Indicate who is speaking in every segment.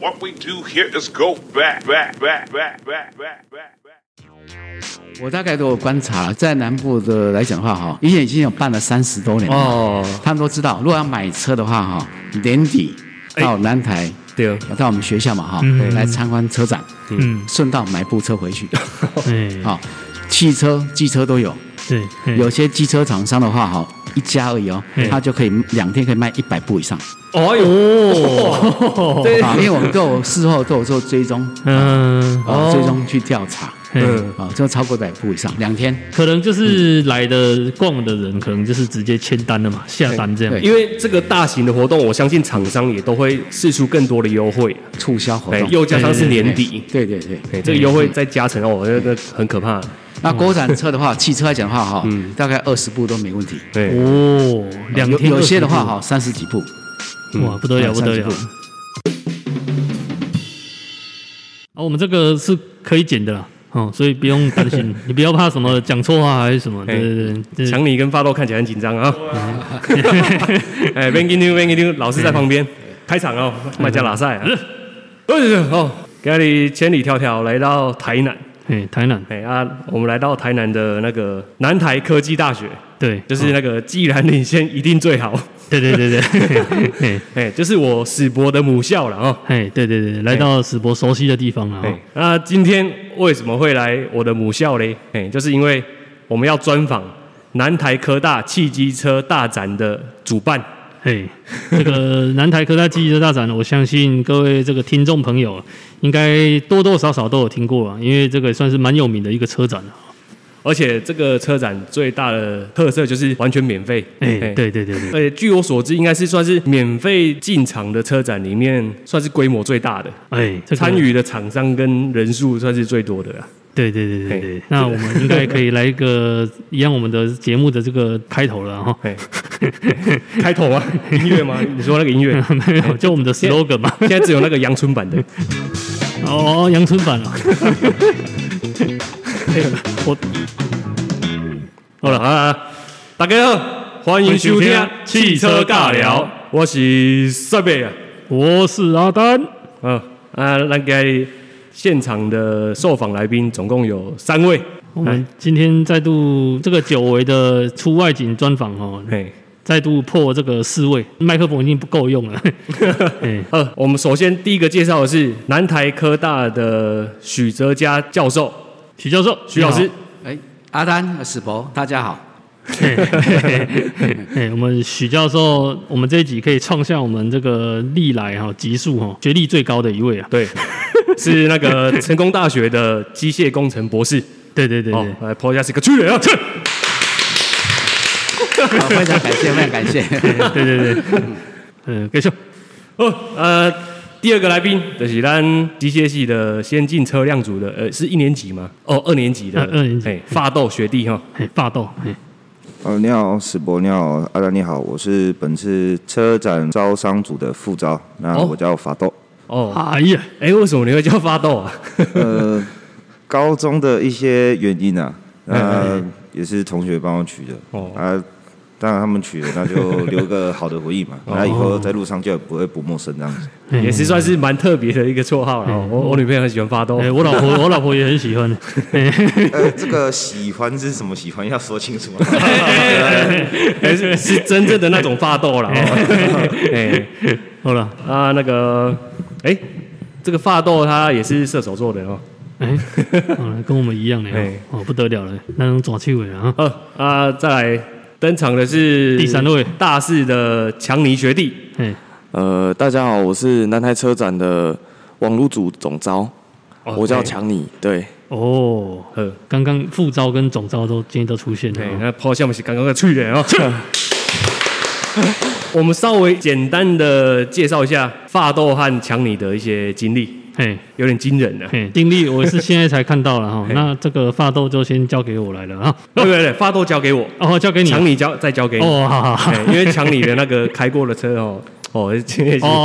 Speaker 1: What we do here is go back, back, back, back, back, back, back, back.
Speaker 2: 我大概都有观察，在南部的来讲的话，哈，因为已经有办了三十多年了，
Speaker 3: 哦，
Speaker 2: 他们都知道，如果要买车的话，哈，年底到南台，
Speaker 3: 对，
Speaker 2: 到我们学校嘛，哈，
Speaker 3: 嗯
Speaker 2: 来参观车展，
Speaker 4: 嗯，
Speaker 2: 顺道买部车回去，
Speaker 3: 嗯
Speaker 4: 哎，
Speaker 2: 好，汽车、机车都有，
Speaker 4: 对，哎
Speaker 2: 有些机车厂商的话，哈，一家而已哦，
Speaker 3: 嗯
Speaker 2: 他就可以两天可以卖一百部以上，
Speaker 4: 哎
Speaker 3: 哦
Speaker 4: 哦
Speaker 3: 哟，对，
Speaker 2: 啊，因为我们都有事后都有做追踪，
Speaker 4: 嗯，
Speaker 2: 啊，
Speaker 3: 哦
Speaker 2: 追踪去调查，
Speaker 4: 嗯，
Speaker 3: 嗯，
Speaker 2: 啊，就超过百部以上，两天，
Speaker 4: 可能就是来的逛的人，可能就是直接签单了嘛，下单这样
Speaker 2: 对。
Speaker 3: 因为这个大型的活动，我相信厂商也都会试出更多的优惠，
Speaker 2: 促销活
Speaker 3: 哎，
Speaker 2: 动，
Speaker 3: 又加上是年底，
Speaker 2: 对对哦对。
Speaker 3: 哎，这个优惠再加成哦，那那很可怕，
Speaker 2: 那国产车的话，汽车来讲的话，哈，大概二十部都没问题。
Speaker 3: 对，
Speaker 4: 哦，两天
Speaker 2: 有有些的话，
Speaker 4: 20
Speaker 2: 哈，三十几部。
Speaker 4: 部，哇，不得了，
Speaker 2: 嗯
Speaker 4: 不得了
Speaker 2: 30部。
Speaker 4: 啊，我们这个是可以剪的啦，哦，所以不用担 心，你不要怕什么讲错话还是什么，对对对对，
Speaker 3: 强尼跟发豆看起来很紧张啊，哎 b a n g i n g b a n g i n 老师在旁边开场哦，卖家拉赛啊，哎哦，给你千里迢迢来到台南，
Speaker 4: 哎，台南，
Speaker 3: 哎啊，我们来到台南的那个南台科技大学，
Speaker 4: 对，哦
Speaker 3: 就是那个既然领先一定最 好，
Speaker 4: 对对对 对，哎
Speaker 3: 哎，就是我史博的母校了哦。
Speaker 4: 哎，对对对，来到史博熟悉的地方了，哦
Speaker 3: 哎，那今天为什么会来我的母校嘞？哎，就是因为我们要专访南台科大汽机车大展的主办。
Speaker 4: 嘿，这个南台科大记忆的大展，我相信各位这个听众朋友应该多多少少都有听过啊，因为这个也算是蛮有名的一个车展啊了。
Speaker 3: 而且这个车展最大的特色就是完全免费，
Speaker 4: 哎、对对对对，
Speaker 3: 而且据我所知，应该是算是免费进场的车展里面，算是规模最大的，
Speaker 4: 哎、这个
Speaker 3: 参，与的厂商跟人数算是最多的啦。
Speaker 4: 对对对对对
Speaker 3: 嘿，
Speaker 4: 那我们应该可以来一个一样我们的节目的这个开头 了哈。
Speaker 3: 哎，开头啊，音乐吗？你说那个音乐？
Speaker 4: 没有，就我
Speaker 3: 哎
Speaker 4: 们的 slogan 嘛。
Speaker 3: 现在只有那个阳春版的，
Speaker 4: 哦，阳春版了、哎我
Speaker 3: 好了啊，大家好，欢迎收听汽车尬聊，我是设备啊，
Speaker 4: 我是阿丹，
Speaker 3: 嗯啊，那个现场的受访来宾总共有三位，
Speaker 4: 我
Speaker 3: 哎
Speaker 4: 们今天再度这个久违的出外景专访哦，
Speaker 3: 嘿，
Speaker 4: 再度破这个四位，麦克风已经不 够用了。哎
Speaker 3: 呃，我们首先第一个介绍的是南台科大的许哲嘉教授，
Speaker 4: 许教授，
Speaker 3: 许老师，
Speaker 2: 哎，阿丹、史博，大家好。
Speaker 4: 你好，哎，我们许教授，我们这一集可以创下我们这个历来哈级数哈学历最高的一位啊。
Speaker 3: 对， 是那个成功大学的机械工程博士，
Speaker 4: 对对对
Speaker 3: 哦
Speaker 4: 对，，
Speaker 3: 来抛一下是个巨人啊，去
Speaker 2: 好非常感谢，非常感谢。
Speaker 4: 对对对，嗯，继续，
Speaker 3: 哦，呃，第二个来宾就是咱机械系的先进车辆组的，呃，是一年级吗？哦，二年级的，
Speaker 4: 呃二年级
Speaker 3: 哎发豆学弟哈，
Speaker 4: 哎，霸道，哎，
Speaker 5: 呃，你好，史博，你好，阿丹，你好，我是本次车展招商组的副招，那
Speaker 3: 哦
Speaker 5: 我叫法豆。
Speaker 3: 哦，
Speaker 4: 哎呀，
Speaker 3: 哎，为什么你会叫发豆啊？
Speaker 5: 呃，高中的一些原因啊，那也是同学帮我取的。
Speaker 3: 哦
Speaker 5: 哦，啊，当然他们取的，那就留个好的回忆 嘛。
Speaker 6: 哦
Speaker 5: 那以后在路上就不会不陌生这样子。
Speaker 4: 哎
Speaker 3: 也是算是蛮特别的一个绰号了。哦我我女朋友很喜欢发豆，
Speaker 4: 哎，我老婆，我老婆也很喜 欢。哎
Speaker 5: 呃，这个喜欢是什么喜欢，要说清楚啊。
Speaker 3: 哎是是真正的那种发豆了。哦哎，
Speaker 4: 好了，
Speaker 3: 啊，那个，哎，这个发豆他也是射手座的哦。
Speaker 4: 哎，好了，跟我们一样的
Speaker 3: 哎
Speaker 4: 哦，哦，不得了了，那种爪气尾了啊。
Speaker 3: 呃啊，再来登场的是
Speaker 4: 第三位
Speaker 3: 大四的强尼学弟。
Speaker 4: 哎，
Speaker 6: 呃，大家好，我是南台车展的网络组总招，
Speaker 3: 哦
Speaker 6: 我叫强尼。对，
Speaker 4: 哦，
Speaker 3: 呃，
Speaker 4: 刚刚副招跟总招都今天都出现了
Speaker 3: 对，
Speaker 4: 哦。
Speaker 3: 那抛项目是刚刚在去的哦。我们稍微简单的介绍一下发豆和强尼的一些经历，
Speaker 4: 嘿，
Speaker 3: 有点惊人了。啊
Speaker 4: 嘿，丁力我是现在才看到了哈，那这个发豆就先交给我来了啊，
Speaker 3: 对对对，发豆交给我，
Speaker 4: 哦，交给你，
Speaker 3: 强尼交再交给你。
Speaker 4: 哦，好好好，
Speaker 3: 哎因为强尼的 那个开过的车哦，哦，今天也是
Speaker 4: 哦哦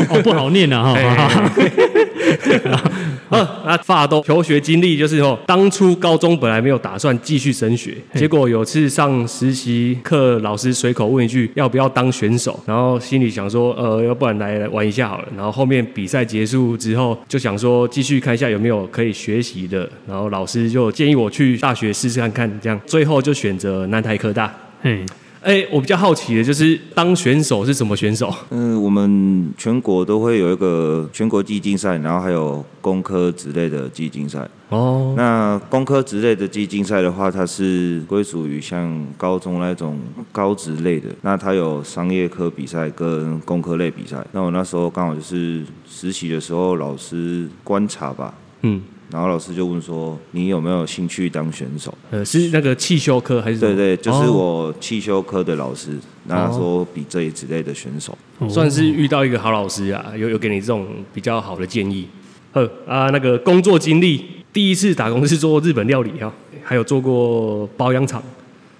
Speaker 4: 哦哦，不好念了哈，
Speaker 3: 哎
Speaker 4: 好好好
Speaker 3: 啊，那法斗求学经历就是哦，当初高中本来没有打算继续升学，结果有次上实习课，老师随口问一句要不要当选手，然后心里想说，呃，要不然来来玩一下好了。然后后面比赛结束之后，就想说继续看一下有没有可以学习的，然后老师就建议我去大学试试看看，这样最后就选择南台科大。
Speaker 4: 嘿，
Speaker 3: 哎，我比较好奇的就是当选手是什么选手？
Speaker 5: 嗯、我们全国都会有一个全国技竞赛，然后还有工科之类的技竞赛。
Speaker 3: 哦，
Speaker 5: 那工科之类的技竞赛的话，它是归属于像高中那种高职类的。那它有商业科比赛跟工科类比赛。那我那时候刚好就是实习的时候，老师观察吧，
Speaker 3: 嗯，
Speaker 5: 然后老师就问说：“你有没有兴趣当选手
Speaker 3: 呃，是那个汽修科还是？”什么
Speaker 5: 对对，就是
Speaker 3: 哦
Speaker 5: 我汽修科的老师，那他说比这一之类的选手。
Speaker 3: 哦算是遇到一个好老师啊，有有给你这种比较好的建议。呃啊，那个工作经历，第一次打工是做日本料理啊，还有做过保养厂，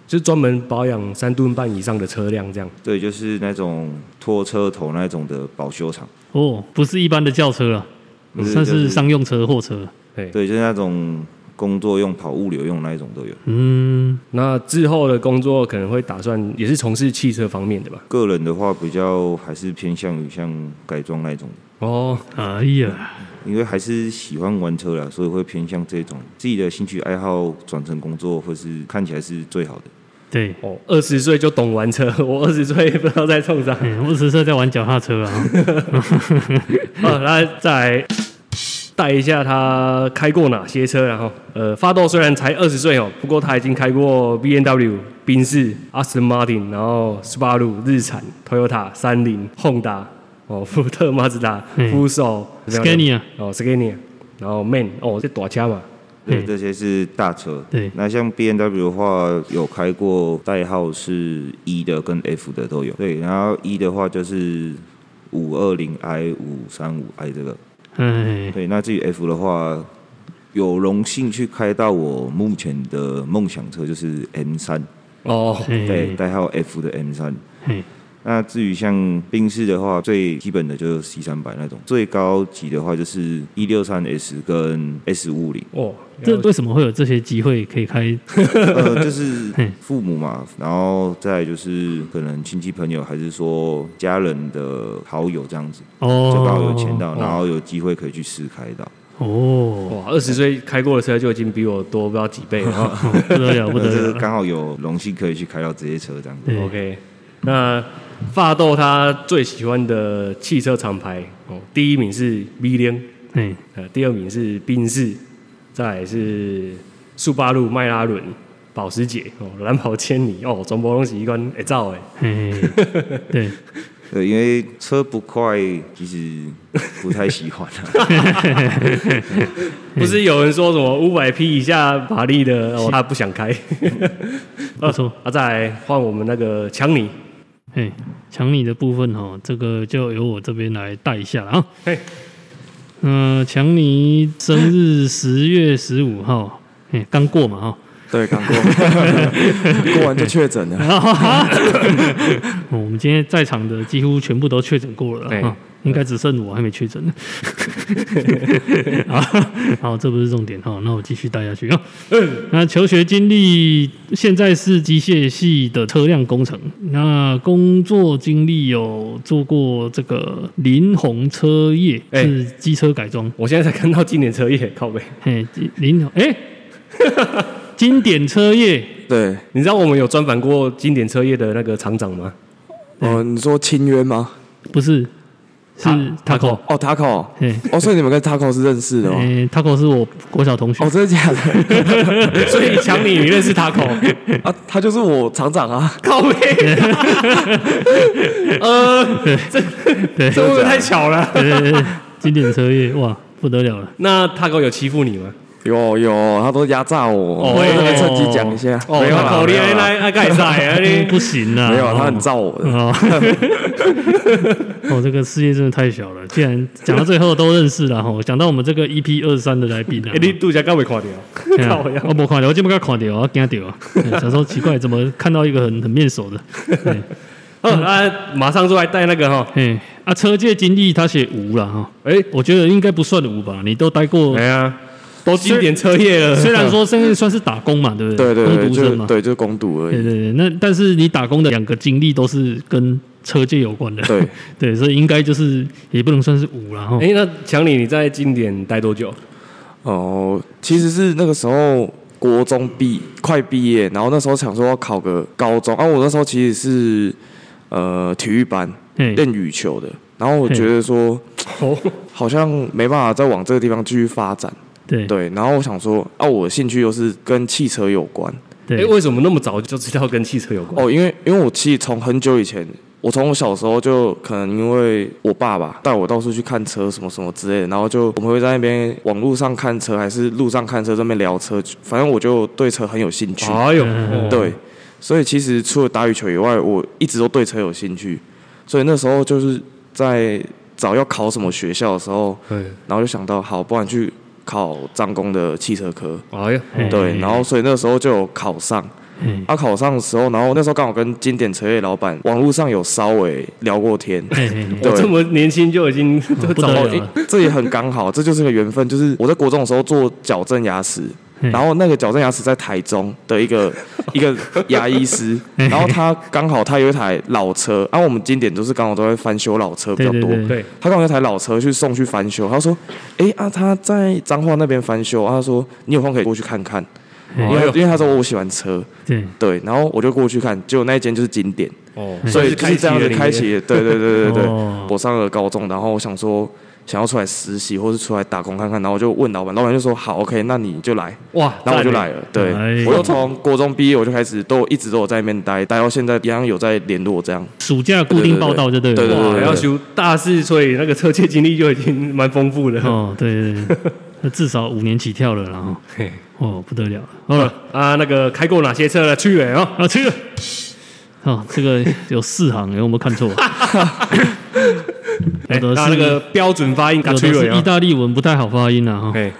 Speaker 3: 就是专门保养三吨半以上的车辆这样。
Speaker 5: 对，就是那种拖车头那种的保修厂。
Speaker 4: 哦，不是一般的轿车啊，
Speaker 5: 不是
Speaker 4: 算
Speaker 5: 就是是
Speaker 4: 商用车、货车。
Speaker 3: 对，
Speaker 5: 对，就是那种工作用、跑物流用那一种都有。
Speaker 4: 嗯，
Speaker 3: 那之后的工作可能会打算也是从事汽车方面的吧？
Speaker 5: 个人的话，比较还是偏向于像改装那一种，
Speaker 3: 哦，
Speaker 4: 哎呀，
Speaker 5: 因为还是喜欢玩车啦，所以会偏向这种自己的兴趣爱好转成工作，或是看起来是最好的。
Speaker 4: 对，
Speaker 3: 哦，二十岁就懂玩车，我二十岁不知道在冲啥。
Speaker 4: 哎我只是在玩脚踏车啊。
Speaker 3: 好，那再来带一下他开过哪些车，然后呃，发豆虽然才二十岁哦，不过他已经开过 B N W、宾士、Aston Martin，然后 Subaru、日产、Toyota、三菱、Honda、哦， 福特、马自达、
Speaker 4: 嗯
Speaker 3: 福寿、
Speaker 4: Scania
Speaker 3: 哦，Scania，然后 Man，哦，这大车嘛，
Speaker 5: 对，
Speaker 4: 嗯
Speaker 5: 这些是大车。
Speaker 4: 对
Speaker 5: 那像 B N W 的话，有开过代号是一、的跟 F 的都有。对，然后一、的话就是五二零 I 五三五 I 这个。
Speaker 4: 哎，
Speaker 5: 对，那至于 F 的话，有荣幸去开到我目前的梦想车就是 M 三，
Speaker 3: 哦，，
Speaker 5: 对，
Speaker 4: 哎，
Speaker 5: 代号 F 的 M 三。
Speaker 4: 嘿，
Speaker 5: 那至于像宾士的话，最基本的就是 C 三百那种，最高级的话就是一六三 S 跟 S 五零
Speaker 3: 哦，
Speaker 4: 这为什么会有这些机会可以开？
Speaker 5: 呃，就是
Speaker 3: 嗯
Speaker 4: 嘿
Speaker 5: 父母嘛，然后再来就是可能亲戚朋友，还是说家人的好友这样子，就刚好有签
Speaker 4: 哦，
Speaker 5: 到，然后有机会可以去试开到。
Speaker 4: 哦，
Speaker 3: 哇，二十岁开过的车就已经比我多不知道几倍了哦。
Speaker 4: 不得了，不
Speaker 5: 那
Speaker 4: 得
Speaker 5: 就 是
Speaker 4: 了。
Speaker 5: 刚好有荣幸可以去开到这些车这样子。
Speaker 4: 对
Speaker 3: OK，那发豆他最喜欢的汽车厂牌哦，第一名是 V 零，
Speaker 4: 哎，
Speaker 3: 呃，第二名是宾士，再来是速八路、迈拉伦、保时捷哦，蓝宝坚尼哦，全部拢是一款会走的。
Speaker 4: 嗯嘿，对，
Speaker 5: 对，因为车不快，其实不太喜欢啊。
Speaker 3: 不是有人说什么五百匹以下马力的，哦，他不想 开。
Speaker 4: 不错。
Speaker 3: 啊，再来换我们那个强尼，
Speaker 4: 嘿，抢你的部分哦，这个就由我这边来带一下了啊。
Speaker 3: 嘿，
Speaker 4: 嗯，强尼生日十月十五号，嘿，刚过嘛哈。
Speaker 6: 对，刚过，过完就确诊了。
Speaker 4: 哦我们今天在场的几乎全部都确诊过了
Speaker 3: 对
Speaker 4: 啊，应该只剩我还没确诊呢。 好，好，这不是重点哈，好那我继续带下去啊。
Speaker 3: 呃
Speaker 4: 那求学经历现在是机械系的车辆工程，那工作经历有做过这个林鸿车业，
Speaker 3: 哎
Speaker 4: 是机车改装。
Speaker 3: 我现在才看到经典车业，靠背。
Speaker 4: 嘿，林鸿，哎， 经典车业，
Speaker 6: 对，
Speaker 3: 你知道我们有专访过经典车业的那个厂长吗？
Speaker 6: 哦，你说清渊吗？
Speaker 4: 不是，是
Speaker 3: 塔
Speaker 4: Taco。
Speaker 6: 哦，Taco，
Speaker 4: 嘿
Speaker 6: 哦，所以你们跟 Taco 是认识的
Speaker 5: 嗯
Speaker 6: 哦。
Speaker 4: 诶、t a c o 是我国小同学。
Speaker 6: 哦，真的假的？
Speaker 3: 所以 强尼，你认识塔口？
Speaker 6: 啊，他就是我厂长啊。
Speaker 3: 靠背，呃，这这会不会太巧了？
Speaker 4: 对， 经典车业哇，不得了了。
Speaker 3: 那他狗有欺负你吗？
Speaker 6: 有有，他都压榨我，
Speaker 3: 哦
Speaker 6: 我
Speaker 3: 哎
Speaker 6: 这边趁机讲一下。
Speaker 3: 哦，
Speaker 6: 没有啦
Speaker 3: 口
Speaker 6: 没
Speaker 3: 令
Speaker 6: 有啦
Speaker 3: 来来盖赛啊
Speaker 4: 嗯
Speaker 3: 你！
Speaker 4: 不行啦，
Speaker 6: 没有啊，他很
Speaker 4: 哦
Speaker 6: 罩我的。
Speaker 4: 哦，哦，这个世界真的太小了。既然讲到最后都认识了哈，哦讲到我们这个 EP 二三的来宾 啊
Speaker 3: 哎，，你杜家刚没看
Speaker 4: 嘿
Speaker 3: 到
Speaker 4: 啊，
Speaker 3: 靠呀！
Speaker 4: 我没看到，哦我今麦刚看到，我惊到，嗯想说奇怪，怎么看到一个很很面熟的？对
Speaker 3: 哦，那马上就来带那个哈，
Speaker 4: 嘿，啊，车界经历他写无了哈，
Speaker 3: 哎、
Speaker 4: 我觉得应该不算无吧，你都待过
Speaker 3: 哎，呀，
Speaker 6: 啊
Speaker 3: 都经典车业了。
Speaker 4: 虽然 说现在算是打工嘛，对不
Speaker 6: 对对
Speaker 4: 工
Speaker 6: 对，
Speaker 4: 读
Speaker 6: 就
Speaker 4: 生嘛
Speaker 6: 是，对就是攻读而
Speaker 4: 对
Speaker 6: 已。
Speaker 4: 对对，那但是你打工的两个经历都是跟车界有关的，
Speaker 6: 对
Speaker 4: 对，所以应该就是也不能算是无了哈
Speaker 3: 哎、。那强你你在经典待多久？
Speaker 6: 哦，其实是那个时候国中毕快毕业，然后那时候想说要考个高中啊，我那时候其实是呃体育班
Speaker 4: 嘿
Speaker 6: 练羽球的，然后我
Speaker 4: 嘿
Speaker 6: 觉得说
Speaker 3: 哦，
Speaker 6: 好像没办法再往这个地方继续发展，
Speaker 4: 对
Speaker 6: 对，然后我想说啊，我的兴趣又是跟汽车有关
Speaker 3: 哎、
Speaker 4: 对，
Speaker 3: 为什么那么早就知道跟汽车有关？哦，
Speaker 6: 哦，因为因为我其实从很久以前。我从我小时候就可能因为我爸爸带我到处去看车什么什么之类的，然后就我们会在那边网路上看车，还是路上看车，这边聊车，反正我就对车很有兴趣。
Speaker 3: 哎呦，
Speaker 4: 嗯
Speaker 3: 哦，
Speaker 6: 对，所以其实除了打羽球以外，我一直都对车有兴趣，所以那时候就是在找要考什么学校的时候，
Speaker 3: 嗯
Speaker 6: 然后就想到，好，不然去考张工的汽车科。
Speaker 3: 哎呦，
Speaker 4: 嘿
Speaker 6: 对，然后所以那时候就有考上，
Speaker 4: 嘿
Speaker 6: 啊，考上的时候，然后那时候刚好跟经典车业老板网络上有稍微聊过天，
Speaker 4: 嘿啊嘿嘿
Speaker 3: 我这
Speaker 6: 对，
Speaker 3: 么年轻就已 经都
Speaker 4: 不
Speaker 3: 找
Speaker 4: 得
Speaker 3: 到
Speaker 4: 了
Speaker 6: 哎、这也很刚好，这就是个缘分，就是我在国中的时候做矫正牙齿，
Speaker 4: 嘿
Speaker 6: 然后那个矫正牙齿在台中的 一个一个牙医师，然后他刚好他有一台老车，然、啊、后我们经典都是刚好都会翻修老车比较
Speaker 4: 对
Speaker 6: 多，
Speaker 4: 对
Speaker 3: 对，
Speaker 6: 他刚好有一台老车去送去翻修，他说，哎、啊他在彰化那边翻修，啊、他说你有空可以过去看看，因
Speaker 3: 哎
Speaker 6: 为
Speaker 3: 呦
Speaker 6: 因为他说我喜欢车，
Speaker 4: 对，
Speaker 6: 对，然后我就过去看，结果那一间就是经典，
Speaker 3: 哦，
Speaker 6: 嗯所以就
Speaker 3: 开
Speaker 6: 是
Speaker 3: 启
Speaker 6: 这样
Speaker 3: 了
Speaker 6: 子
Speaker 3: 你的
Speaker 6: 开启，对对对对对
Speaker 4: 哦
Speaker 6: 我上了高中，然后我想说想要出来实习或是出来打工看看，然后我就问老板，老板就说好，OK，那你就来，
Speaker 3: 哇，欸
Speaker 6: 然后我就来
Speaker 3: 了，
Speaker 6: 了。对
Speaker 4: 哎，
Speaker 6: 我就从国中毕业我就开始都一直都有在那边待，待到现在一样有在联络这样。
Speaker 4: 暑假固定报道就对了，
Speaker 6: 对对对
Speaker 3: 哇，要修大四，所以那个车界经历就已经蛮丰富的。
Speaker 4: 哦，对对对，那至少五年起跳了啦，然后
Speaker 3: 嘿
Speaker 4: 哦不得了了，
Speaker 3: 好了啊，那个开过哪些车了？去远哦，
Speaker 4: 啊 去了，哦这个有四行，有没有 看错？
Speaker 3: 哎
Speaker 4: 有的
Speaker 3: 那
Speaker 4: 是
Speaker 3: 哎那个标准发音，
Speaker 4: 有
Speaker 3: 卡
Speaker 4: 的
Speaker 3: 去
Speaker 4: 是
Speaker 3: 远
Speaker 4: 意
Speaker 3: 啊。
Speaker 4: 大利文不太好发音啊，哈。
Speaker 3: 哎，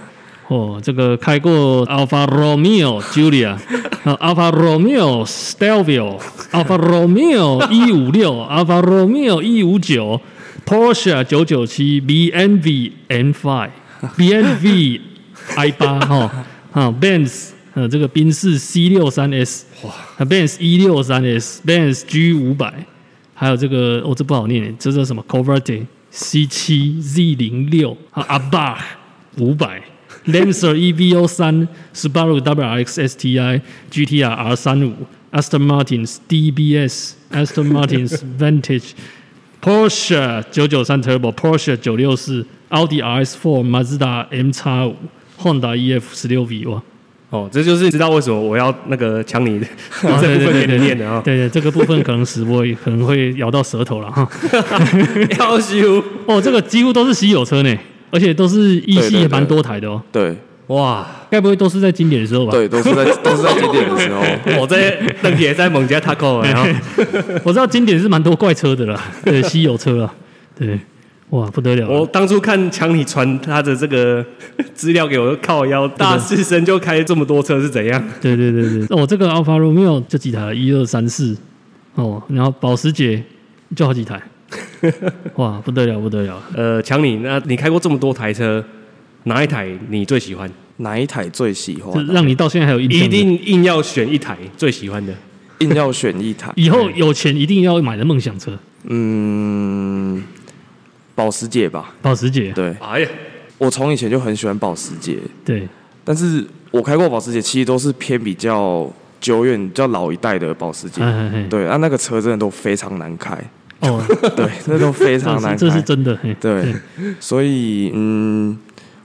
Speaker 4: 哦，这个开过 Alfa Romeo Giulia、啊 Alfa Romeo Stelvio、Alfa Romeo 一五六、Alfa Romeo 一五九、Porsche 九九七、BNV N Five、BNV I 八哈啊 Benz 呃这个宾士 C 六三 S 哇，Benz 一六三 S、Benz G 五百，还有这个哦这不好念，这是什么 Coverte C 七 Z 零六啊 a b a 五百。Lancer EVO 三、Subaru WRX STI、GTR R 三五、Aston Martins DBS、Aston Martins Vantage、Porsche 九九三 Turbo、Porsche 九六四、奥迪 RS 4 Mazda M 叉五、Honda EF 十六 V 哇，
Speaker 3: 哦，这就是知道为什么我要那个抢 你的
Speaker 4: 啊
Speaker 3: 这部分给你念的啊。
Speaker 4: 对对，这个部分可能死我也可能会咬到舌头了哈。
Speaker 3: 要修
Speaker 4: 哦，这个几乎都是稀有车呢，而且都是一
Speaker 6: 对
Speaker 4: 系
Speaker 6: 对
Speaker 4: 也蛮
Speaker 6: 对
Speaker 4: 多台的哦，
Speaker 6: 对
Speaker 3: 哇，
Speaker 4: 该不会都是在经典的时候吧？
Speaker 6: 对，都是在都是在经典的时候。
Speaker 3: 我在邓也在猛加啊 taco 然后
Speaker 4: 我知道经典是蛮多怪车 的啦，对，稀有车啦，对，哇，不得了啊
Speaker 3: 我
Speaker 4: 了，
Speaker 3: 当初看强你传他的这个 资料给我，靠 腰大四生就开这么多车是怎样？
Speaker 4: 对对对对，哦我、这个 Alfa Romeo 就几台了，一二三四，哦，然后保时捷就好几台，哇，不得了不得了，
Speaker 3: 呃，强你，那你开过这么多台车，哪一台你最喜欢？
Speaker 6: 哪一台最喜
Speaker 4: 这
Speaker 6: 欢？
Speaker 4: 让你到现在还有印象的
Speaker 3: 一定硬要选一台最喜欢的。
Speaker 6: 硬要选 一台，
Speaker 4: 以后有钱一定要买的梦想车，
Speaker 6: 嗯，保时捷吧。
Speaker 4: 保时捷，啊
Speaker 6: 对，
Speaker 3: 哎呀，
Speaker 6: 我从以前就很喜欢保时捷，
Speaker 4: 对
Speaker 6: 但是我开过保时捷，其实都是偏比较久远、比较老一代的保时捷。
Speaker 4: 哎哎哎，
Speaker 6: 对啊，那个车真的都非常难 开，
Speaker 4: 哦，
Speaker 6: 对，那都
Speaker 4: 这
Speaker 6: 非常难
Speaker 4: 是
Speaker 6: 开，
Speaker 4: 这是真的，嘿
Speaker 6: 对，所以嗯，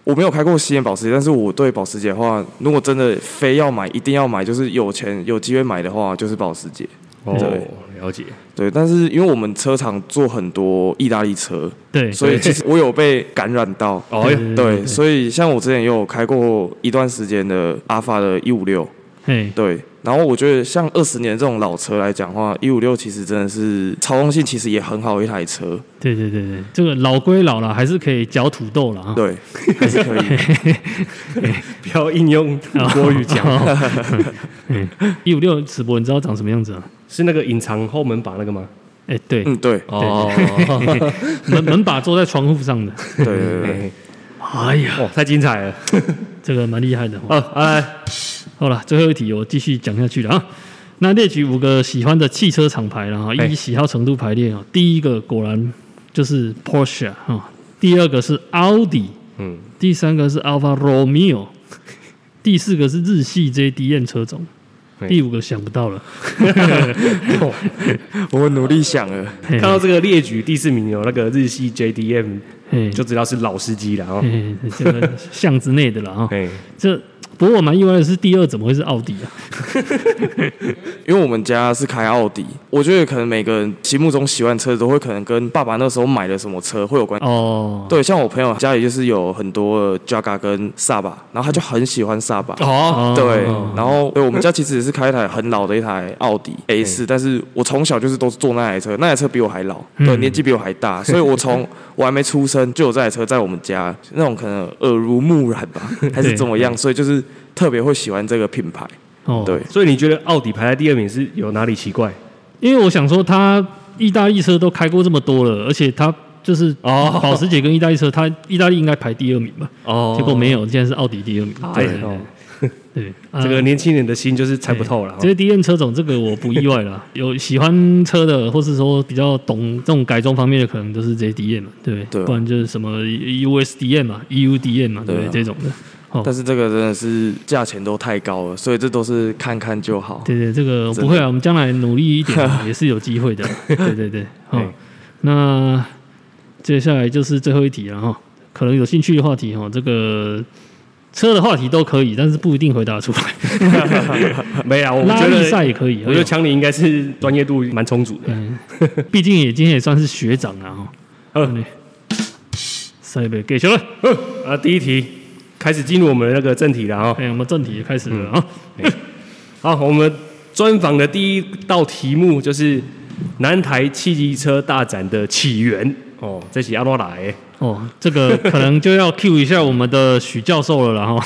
Speaker 6: 我没有开过西安保时捷，但是我对保时捷的话，如果真的非要买，一定要买，就是有钱有机会买的话，就是保时捷。
Speaker 3: 哦，了解。
Speaker 6: 对，但是因为我们车厂做很多意大利车，
Speaker 4: 对，
Speaker 6: 所以其实我有被感染到。
Speaker 4: 哎
Speaker 3: 哦呀，
Speaker 6: 对，所以像我之前也有开过一段时间的阿法的一五六，
Speaker 4: 嘿，
Speaker 6: 对，然后我觉得像二十年这种老车来讲的话，一五六其实真的是操控性其实也很好一台车，
Speaker 4: 对对对对，这个老归老了，还是可以嚼土豆了啊。
Speaker 6: 对，
Speaker 3: 哦
Speaker 6: 还是可以。
Speaker 3: 不要应用国语讲，
Speaker 4: 哦一五六齿博，你知道长什么样子啊？
Speaker 3: 是那个隐藏后门把那个吗？
Speaker 4: 哎，对，
Speaker 6: 嗯，对，
Speaker 3: 哦，
Speaker 4: 门门把坐在窗户上的，
Speaker 6: 对对对对，
Speaker 4: 哎呀，
Speaker 3: 哦哇，太精彩了！
Speaker 4: 这个蛮厉害的哦。
Speaker 3: 哦，啊来，
Speaker 4: 好了，最后一题我继续讲下去了啊。那列举五个喜欢的汽车厂牌了哈，
Speaker 3: 哎
Speaker 4: 依喜好程度排列哦。第一个果然就是 Porsche 哈、第二个是奥迪，嗯，第三个是 Alfa Romeo，第四个是日系 JDM 车种，
Speaker 3: 哎
Speaker 4: 第五个想不到了，
Speaker 6: 我努力想了，
Speaker 4: 看
Speaker 3: 看到这个列举第四名有那个日系 JDM，就
Speaker 4: 就
Speaker 3: 知道是老司机了哦。
Speaker 4: 嗯这个巷子内的了哈。
Speaker 3: 哎，
Speaker 4: 这不过我蛮意外的是，第二怎么会是奥迪啊？
Speaker 6: 因为我们家是开奥迪，我觉得可能每个人心目中喜欢的车都会可能跟爸爸那时候买的什么车会有关。
Speaker 4: 哦，
Speaker 6: 对，像我朋友家里就是有很多 Jaga 跟 Saba，然后他就很喜欢 Saba。
Speaker 3: 哦，
Speaker 6: 对，然后对我们家其实也是开一台很老的一台奥迪 A 四，但是我从小就是都是坐那台车，那台车比我还老，
Speaker 3: 嗯
Speaker 6: 对，年纪比我还大，所以 我从我还没出生就有这台车在我们家，那种可能耳濡目染吧，还是怎么样，所以就是特别会喜欢这个品牌。
Speaker 4: 哦，
Speaker 6: 对，
Speaker 3: 所以你觉得奥迪排在第二名是有哪里奇怪？
Speaker 4: 因为我想说，他意大利车都开过这么多了，而且他就是
Speaker 3: 哦
Speaker 4: 保时捷跟意大利车，他意大利应该排第二名吧？
Speaker 3: 哦
Speaker 4: 结果没有，竟然是奥迪第二名。
Speaker 3: 对
Speaker 4: 对
Speaker 3: 哦，
Speaker 4: 对，啊
Speaker 3: 这个年轻人的心就是猜不透了哦。
Speaker 4: 哎这些 D N 车种，这个我不意 外啦。有喜欢车的，或是说比较懂这种改装方面的，可能都是这些 D N 嘛，对不对？
Speaker 6: 对啊
Speaker 4: 不然就是什么 U S D N 嘛，E U D N 嘛，对不对？
Speaker 6: 对
Speaker 4: 这
Speaker 6: 啊
Speaker 4: 种的。哦
Speaker 6: 但是这个真的是价钱都太高了，所以这都是看看就好。
Speaker 4: 对对，这个
Speaker 6: 真的
Speaker 4: 不会啊，我们将来努力一 点啊也是有机会的。对对对，好
Speaker 3: 对，
Speaker 4: 那接下来就是最后一题了哈，可能有兴趣的话题哈，这个车的话题都可以，但是不一定回答出来。
Speaker 3: 没有，啊我
Speaker 4: 拉
Speaker 3: 觉
Speaker 4: 力赛
Speaker 3: 得
Speaker 4: 也可以，
Speaker 3: 我觉得强尼应该是专业度蛮充足的。
Speaker 4: 嗯，毕竟也今天也算是学长了哈。
Speaker 3: 嗯，
Speaker 4: 赛贝给球了，
Speaker 3: 啊，第一题开始进入我们那个正题了啊。
Speaker 4: 哎，我们正题也开始了啊。
Speaker 3: 好，我们专访的第一道题目就是南台汽车大展的起源。哦，这是阿诺来的，
Speaker 4: 哦，这个可能就要 cue 一下我们的许教授了啦，然后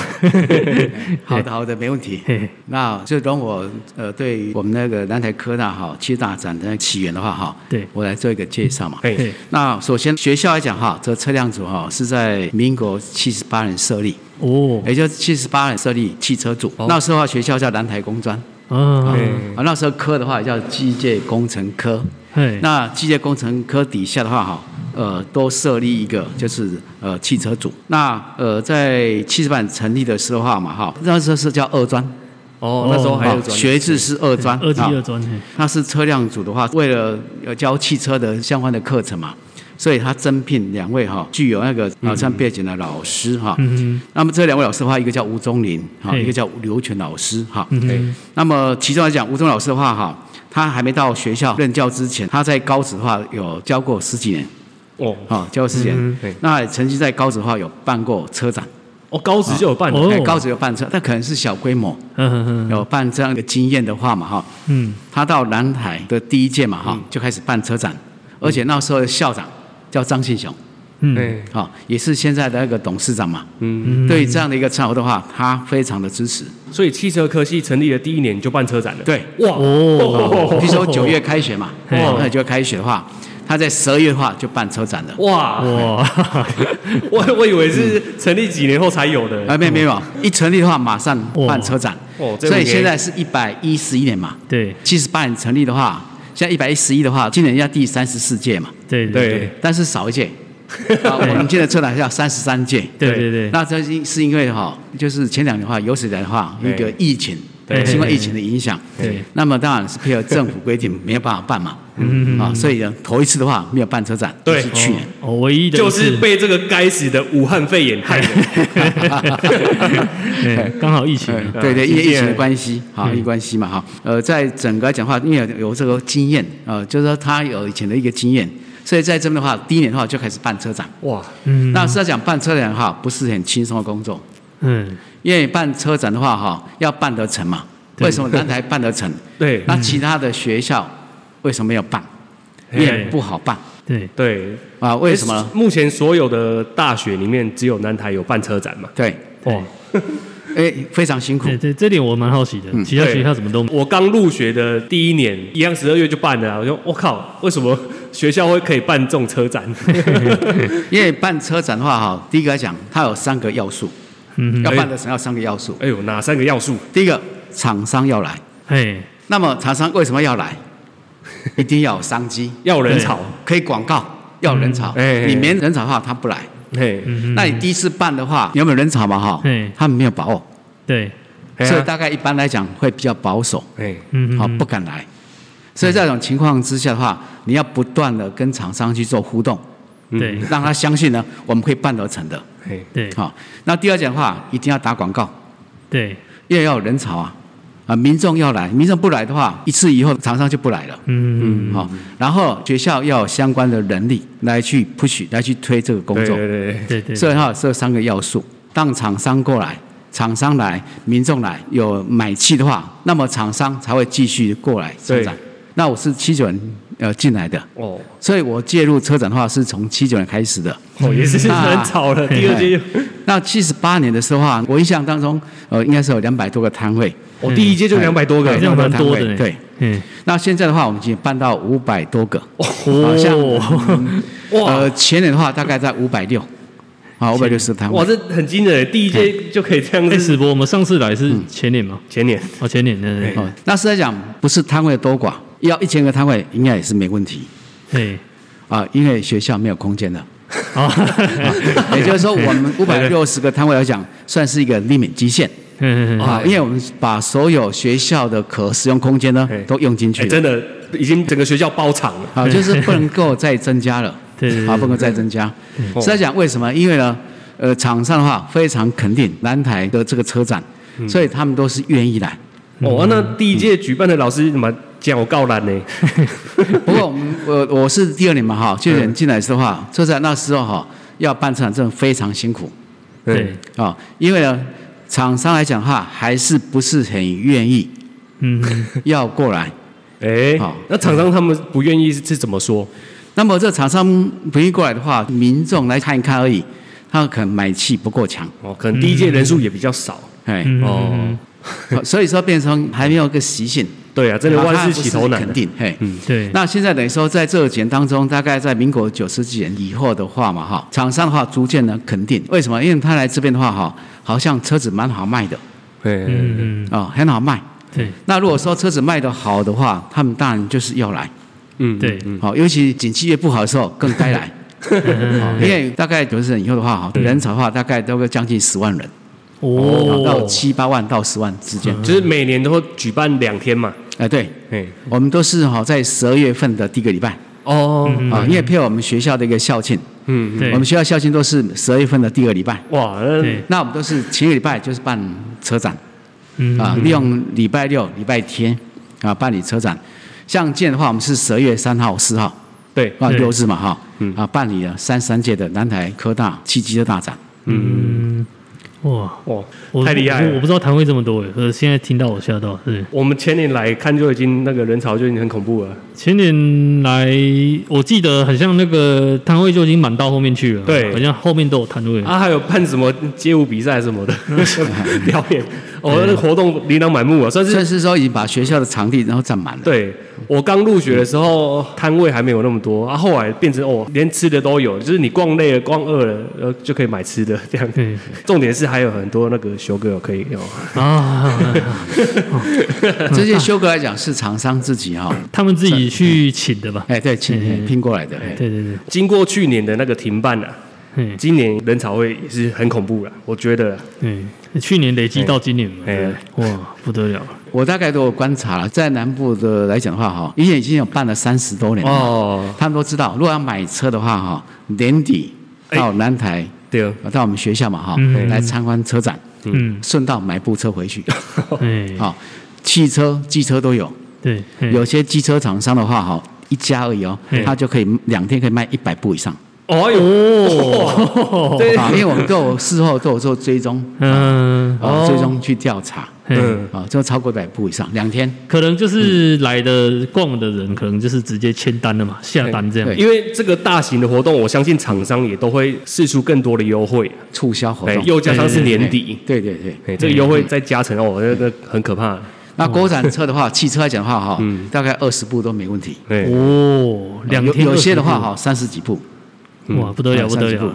Speaker 2: 好的，好的，没问题。那就容我呃，对我们那个南台科大哈七大展的起源的话哈，
Speaker 4: 对
Speaker 2: 我来做一个介绍嘛。
Speaker 3: 嘿
Speaker 4: 嘿，
Speaker 2: 那首先学校来讲哈，这车辆组哈是在民国七十八年设立，
Speaker 4: 哦，
Speaker 2: 也就是七十八年设立汽车组。那时候啊学校叫南台工专，
Speaker 4: 啊，
Speaker 2: 啊，那时候科的话叫机械工程科。
Speaker 4: 嘿，
Speaker 2: 那机械工程科底下的话哈，呃，都设立一个就是呃汽车组。那呃在七十版成立的时候哈嘛哈，那时候是叫二专，
Speaker 3: 哦，那时候还有
Speaker 2: 啊学制是二专，
Speaker 4: 二技
Speaker 2: 啊
Speaker 4: 二专，嘿，
Speaker 2: 那是车辆组的话，为了呃教汽车的相关的课程嘛，所以他征聘两位哈、具有那个老像背景的老师哈、
Speaker 4: 嗯
Speaker 2: 那么这两位老师的话，一个叫吴宗林哈，
Speaker 4: 嘿
Speaker 2: 一个叫刘全老师哈。
Speaker 4: 哼，嗯哼，
Speaker 2: 那么其中来讲，吴宗老师的话哈，他还没到学校任教之前，他在高职的话有教过十几年
Speaker 3: 哦
Speaker 2: 哈，教过十几
Speaker 4: 嗯
Speaker 2: 年
Speaker 3: 对。
Speaker 2: 那也曾经在高职的话有办过车展，
Speaker 3: 哦，高职就有办的，
Speaker 4: 哦
Speaker 2: 哎高职有办车，但可能是小规模，
Speaker 4: 嗯哼
Speaker 2: 有办这样一个经验的话嘛哈。
Speaker 4: 嗯，
Speaker 2: 他到南海的第一届嘛哈，就开始办车展，而且那时候的校长叫张信雄，
Speaker 4: 嗯
Speaker 3: 哎，
Speaker 2: 哈，也是现在的那个董事长嘛。
Speaker 4: 嗯，
Speaker 2: 对于这样的一个场合的话，他非常的支持。
Speaker 3: 所以汽车科系成立的第一年就办车展了。
Speaker 2: 对，
Speaker 3: 哇，
Speaker 4: 哦
Speaker 2: 据说九月开学嘛，哦
Speaker 4: 嘿
Speaker 2: 那九月开学的话，他在十二月的话就办车展了。
Speaker 4: 哦
Speaker 3: 哇，
Speaker 4: 哇，
Speaker 3: 我我以为是成立几年后才有的。
Speaker 2: 啊，没有没有，一成立的话马上办车展，
Speaker 3: 哦这个
Speaker 2: 所以
Speaker 3: 给
Speaker 2: 现在是一百一十一年嘛，
Speaker 4: 对
Speaker 2: 七十八年成立的话，现在一百一十一的话，今年要第三十四届嘛，
Speaker 4: 对
Speaker 3: 对，
Speaker 2: 但是少一 届，啊，我们现在车展要三十三届，
Speaker 4: 对对对，
Speaker 2: 那这是是因为哈，就是前两年的话，有史以来的话，一个疫情，
Speaker 4: 对
Speaker 2: 新冠疫情的影响，
Speaker 4: 对，
Speaker 2: 那么当然是配合政府规定，没有办法办嘛，嗯啊，所以呢，头一次的话没有办车展，
Speaker 3: 对
Speaker 2: 就是去年，
Speaker 4: 哦，唯一的一
Speaker 3: 就
Speaker 4: 次
Speaker 3: 是 被这个该死的武汉肺炎害 的。
Speaker 4: 哦 对刚好疫情啊，
Speaker 2: 对对，因为
Speaker 3: 经
Speaker 2: 疫
Speaker 3: 验
Speaker 2: 情的关系，哈，因为关系嘛，哈，呃，在整个来讲话，因为有有这个经验，呃，就是说他有以前的一个经验，所以在这边的话，第一年的话就开始办车展。
Speaker 3: 哇，
Speaker 4: 嗯，
Speaker 2: 那实际上讲办车展的话，不是很轻松的工作，
Speaker 4: 嗯，
Speaker 2: 因为办车展的话，哈，要办得成嘛。
Speaker 4: 对
Speaker 2: 为什么南台办得成？
Speaker 3: 对
Speaker 2: 那其他的学校为什么没有办？
Speaker 3: 嘿
Speaker 2: 也不好办
Speaker 4: 对，
Speaker 3: 对，
Speaker 2: 啊？为什么呢？
Speaker 3: 目前所有的大学里面，只有南台有办车展嘛？
Speaker 2: 对，
Speaker 3: 哦，
Speaker 2: 哎，非常辛苦
Speaker 4: 对，这这点我蛮好奇的，其他学校怎么都没
Speaker 3: 我刚入学的第一年，一样十二月就办了啊、我就我、靠，为什么学校会可以办这种车展？
Speaker 2: 因为办车展的话哈，第一个来讲，它有三个要素，
Speaker 4: 嗯
Speaker 2: 要
Speaker 4: 哼，
Speaker 2: 办得成要三个要素。
Speaker 3: 哎呦，哪三个要素？
Speaker 2: 第一个，厂商要来，
Speaker 4: 嘿，
Speaker 2: 那么厂商为什么要 来？一定要有商机，
Speaker 3: 要人潮，
Speaker 2: 可以广告，要人潮。
Speaker 3: 嗯哎
Speaker 2: 你没人潮的话，他不来。
Speaker 3: 嘿，
Speaker 4: 嗯
Speaker 2: 那
Speaker 4: 哼，
Speaker 2: 你第一次办的话，有没有人潮嘛？哈
Speaker 4: 嗯，
Speaker 2: 他们没有把握，
Speaker 4: 对，
Speaker 3: 嘿啊
Speaker 2: 所以大概一般来讲会比较保守，
Speaker 3: 嘿，
Speaker 4: 嗯
Speaker 2: 好
Speaker 4: 哼，
Speaker 2: 不敢来。所以在这种情况之下的话，你要不断的跟厂商去做互动，
Speaker 3: 嗯
Speaker 4: 对
Speaker 2: 让他相 信呢，我们可以办得成的。
Speaker 3: 嘿，
Speaker 4: 对
Speaker 2: 嗯好，那第二讲的话，一定要打广告，
Speaker 4: 对，
Speaker 2: 因为要有人潮啊，啊，民众要来，民众不来的话，一次以后厂商就不来了。
Speaker 4: 嗯
Speaker 2: 好、然后学校要有相关的能力来去 push，来去推这个工
Speaker 3: 对
Speaker 2: 作。
Speaker 3: 对对对，
Speaker 4: 对对，
Speaker 2: 所以哈，这三个要素，让厂商过来，厂商来，民众来，有买气的话，那么厂商才会继续过来车展
Speaker 3: 对。
Speaker 2: 那我是七九年呃进来的，
Speaker 3: 哦，
Speaker 2: 所以我介入车展的话是从七九年开始的。
Speaker 3: 哦，也是很吵了。第二届就，
Speaker 2: 那七十八年的时候啊，我印象当中，呃，应该是有两百多个摊位，
Speaker 3: 我第一届就两百多个
Speaker 2: 哎，
Speaker 4: 这样蛮多的
Speaker 2: 对
Speaker 4: 呢，
Speaker 2: 对
Speaker 4: 嗯，
Speaker 2: 那现在的话，我们已经办到五百多个，好像、
Speaker 4: 哦，
Speaker 2: 呃前年的话大概在五百六，啊五百六十摊
Speaker 3: 哇，
Speaker 2: 位。
Speaker 3: 这很惊人，第一届就可以这样
Speaker 4: 哎，
Speaker 3: 子。
Speaker 4: 史博，我们上次来是前年嘛？
Speaker 3: 前年，
Speaker 4: 哦，前年，对对对，
Speaker 2: 哦，那是在讲不是摊位多寡，要一千个摊位应该也是没问题
Speaker 4: 嘿，
Speaker 2: 啊，因为学校没有空间的。 啊
Speaker 4: 好，
Speaker 2: 也就是说，我 们五百六十个摊位来讲，算是一个 limit 极限
Speaker 4: 嗯嗯
Speaker 2: 啊，因为我们把所有学校的可使用空间呢
Speaker 3: 哎
Speaker 2: 都用进去
Speaker 3: 哎，
Speaker 2: 了。
Speaker 3: 真的已经整个学校包场了。
Speaker 2: 啊，就是不能够再增加了，
Speaker 4: 对对对嗯
Speaker 2: 啊，不能够再增加。是在讲为什么？因为呢，呃，厂商的话非常肯定南台的这个车展，
Speaker 4: 嗯
Speaker 2: 所以他们都是愿意来。
Speaker 3: 哦，那
Speaker 2: 嗯
Speaker 3: 第一届举办的老师怎么讲？我告烂呢？
Speaker 2: 不过我们我我是第二年嘛哈，去年进来的话，车展那时候哈要办车展真的非常辛苦
Speaker 4: 对，
Speaker 2: 啊，因为呢，厂商来讲的话还是不是很愿意
Speaker 4: 嗯嗯
Speaker 2: 要过来。
Speaker 3: 哎
Speaker 2: 好，
Speaker 3: 那厂商他们不愿意是是怎么说？
Speaker 2: 那么这厂商不愿意过来的话，民众来看一看而已，他可能买气不够强，
Speaker 3: 哦，可能第一届人数也比较少。
Speaker 2: 哎。
Speaker 4: 嗯，
Speaker 3: 哦
Speaker 4: 哦，
Speaker 2: 好所以说变成还没有一个习 性，
Speaker 3: 对啊，真的
Speaker 2: 啊
Speaker 3: 万
Speaker 2: 它不
Speaker 3: 事起头难
Speaker 2: 肯
Speaker 3: 啊。
Speaker 2: 定，嘿，嗯。
Speaker 4: 对，
Speaker 2: 那现在等于说，在这个年当中，大概在民国九十几年以后的话嘛，哈，厂商的话逐渐的肯定，为什么？因为他来这边的话，哈，好像车子蛮好卖的
Speaker 3: 嗯，
Speaker 4: 嗯嗯，
Speaker 2: 啊、很好卖。
Speaker 4: 对
Speaker 2: 那如果说车子卖得好的话，他们当然就是要来，
Speaker 3: 嗯，
Speaker 4: 对，
Speaker 2: 好、尤其景气越不好的时候，更该 来，好
Speaker 4: 嗯
Speaker 2: 因为大概九十年以后的话，哈，人潮的话大概都会将近十万人，
Speaker 4: 哦，嗯
Speaker 2: 到七八万到十万之间。
Speaker 3: 就是每年都会举办两天嘛。
Speaker 2: 哎、对，
Speaker 3: 哎，
Speaker 2: 我们都是哈在十二月份的第一个礼拜。
Speaker 3: 哦，
Speaker 2: 啊，因为配合我们学校的一个校庆，
Speaker 3: 嗯，
Speaker 4: 嗯对
Speaker 2: 我们学校校庆都是十二月份的第二礼拜，
Speaker 3: 哇，那
Speaker 4: 对
Speaker 2: 那我们都是前一个礼拜就是办车展
Speaker 4: 嗯
Speaker 2: 啊，利用礼拜六、礼拜天啊办理车展。像建的话，我们是十二月三号、四号
Speaker 3: 对，
Speaker 2: 啊
Speaker 4: 对嗯
Speaker 2: 六日嘛哈，啊办理了三十三届的南台科大汽机车大展。
Speaker 4: 哇，
Speaker 3: 哇，
Speaker 4: 我
Speaker 3: 太厉害
Speaker 4: 我！我
Speaker 3: 了
Speaker 4: 不。知道摊位这么多诶，呃，现在听到我吓到。是
Speaker 3: 我们前年来看就已经那个人潮就已经很恐怖了。
Speaker 4: 前年来，我记得很像那个摊位就已经满到后面去了，
Speaker 3: 对
Speaker 4: 好像后面都有摊位。
Speaker 3: 啊，还有办什么街舞比赛什么的表演，哦，那个活动琳琅满目啊，算
Speaker 4: 嗯
Speaker 2: 所以
Speaker 3: 是。
Speaker 2: 是说已经把学校的场地然后占满了。
Speaker 3: 对我刚入学的时候，摊位还没有那么多啊，后来变成哦，连吃的都有，就是你逛累了、逛饿了，呃，就可以买吃的这样。
Speaker 4: 对
Speaker 3: 重点是还有很多那个修哥可以哦，
Speaker 4: 啊，嗯
Speaker 2: 这些修哥来讲是厂商自己哈，
Speaker 4: 他们自己去请的吧？
Speaker 2: 哎对，请拼过来的。哎
Speaker 4: 对对对，
Speaker 3: 经过去年的那个停办啊，
Speaker 4: 嗯
Speaker 3: 今年人潮会也是很恐怖了，我觉得啦。
Speaker 4: 嗯，去年累积到今年嘛，
Speaker 3: 哎
Speaker 4: 对哇，不得了！
Speaker 2: 我大概都有观察了，在南部的来讲的话哈，因为已经有办了三十多年了。
Speaker 3: 哦，
Speaker 2: 他们都知道，如果要买车的话，哈，年底到南台，
Speaker 3: 对，
Speaker 2: 到我们学校嘛，哈、
Speaker 4: 嗯
Speaker 2: 来参观车展，
Speaker 4: 嗯，
Speaker 2: 顺道买部车回去，
Speaker 4: 哎，
Speaker 2: 哦好、汽车、机车都有，
Speaker 4: 对，嘿
Speaker 2: 有些机车厂商的话，哈，一家而已哦
Speaker 4: 嗯，
Speaker 2: 他就可以两天可以卖一百部以上，
Speaker 3: 哦哟，
Speaker 4: 哦，
Speaker 3: 对
Speaker 2: 啊，因为我们都有事后 都有做追踪，
Speaker 4: 嗯，
Speaker 2: 啊，追踪去调查，
Speaker 4: 嗯，
Speaker 3: 嗯，
Speaker 2: 啊，就超过百步以上，两天。
Speaker 4: 可能就是来的逛的人，可能就是直接签单了嘛，下单这样
Speaker 2: 对。
Speaker 3: 因为这个大型的活动，我相信厂商也都会试出更多的优惠，
Speaker 2: 促销活
Speaker 3: 哎，
Speaker 2: 动，
Speaker 3: 又加上是年底，
Speaker 2: 对对对。
Speaker 3: 哎，这个优惠再加成哦，那那很可怕，
Speaker 2: 那国产车的话，汽车来讲的话哈，大概二十步都没问题。
Speaker 3: 哎，
Speaker 4: 哦，两
Speaker 2: 有
Speaker 4: 天
Speaker 2: 有些的话
Speaker 4: 20
Speaker 2: 哈，三十几步。
Speaker 4: 步，哇，不得了，
Speaker 2: 嗯
Speaker 4: 不得
Speaker 2: 30
Speaker 4: 了
Speaker 2: 步，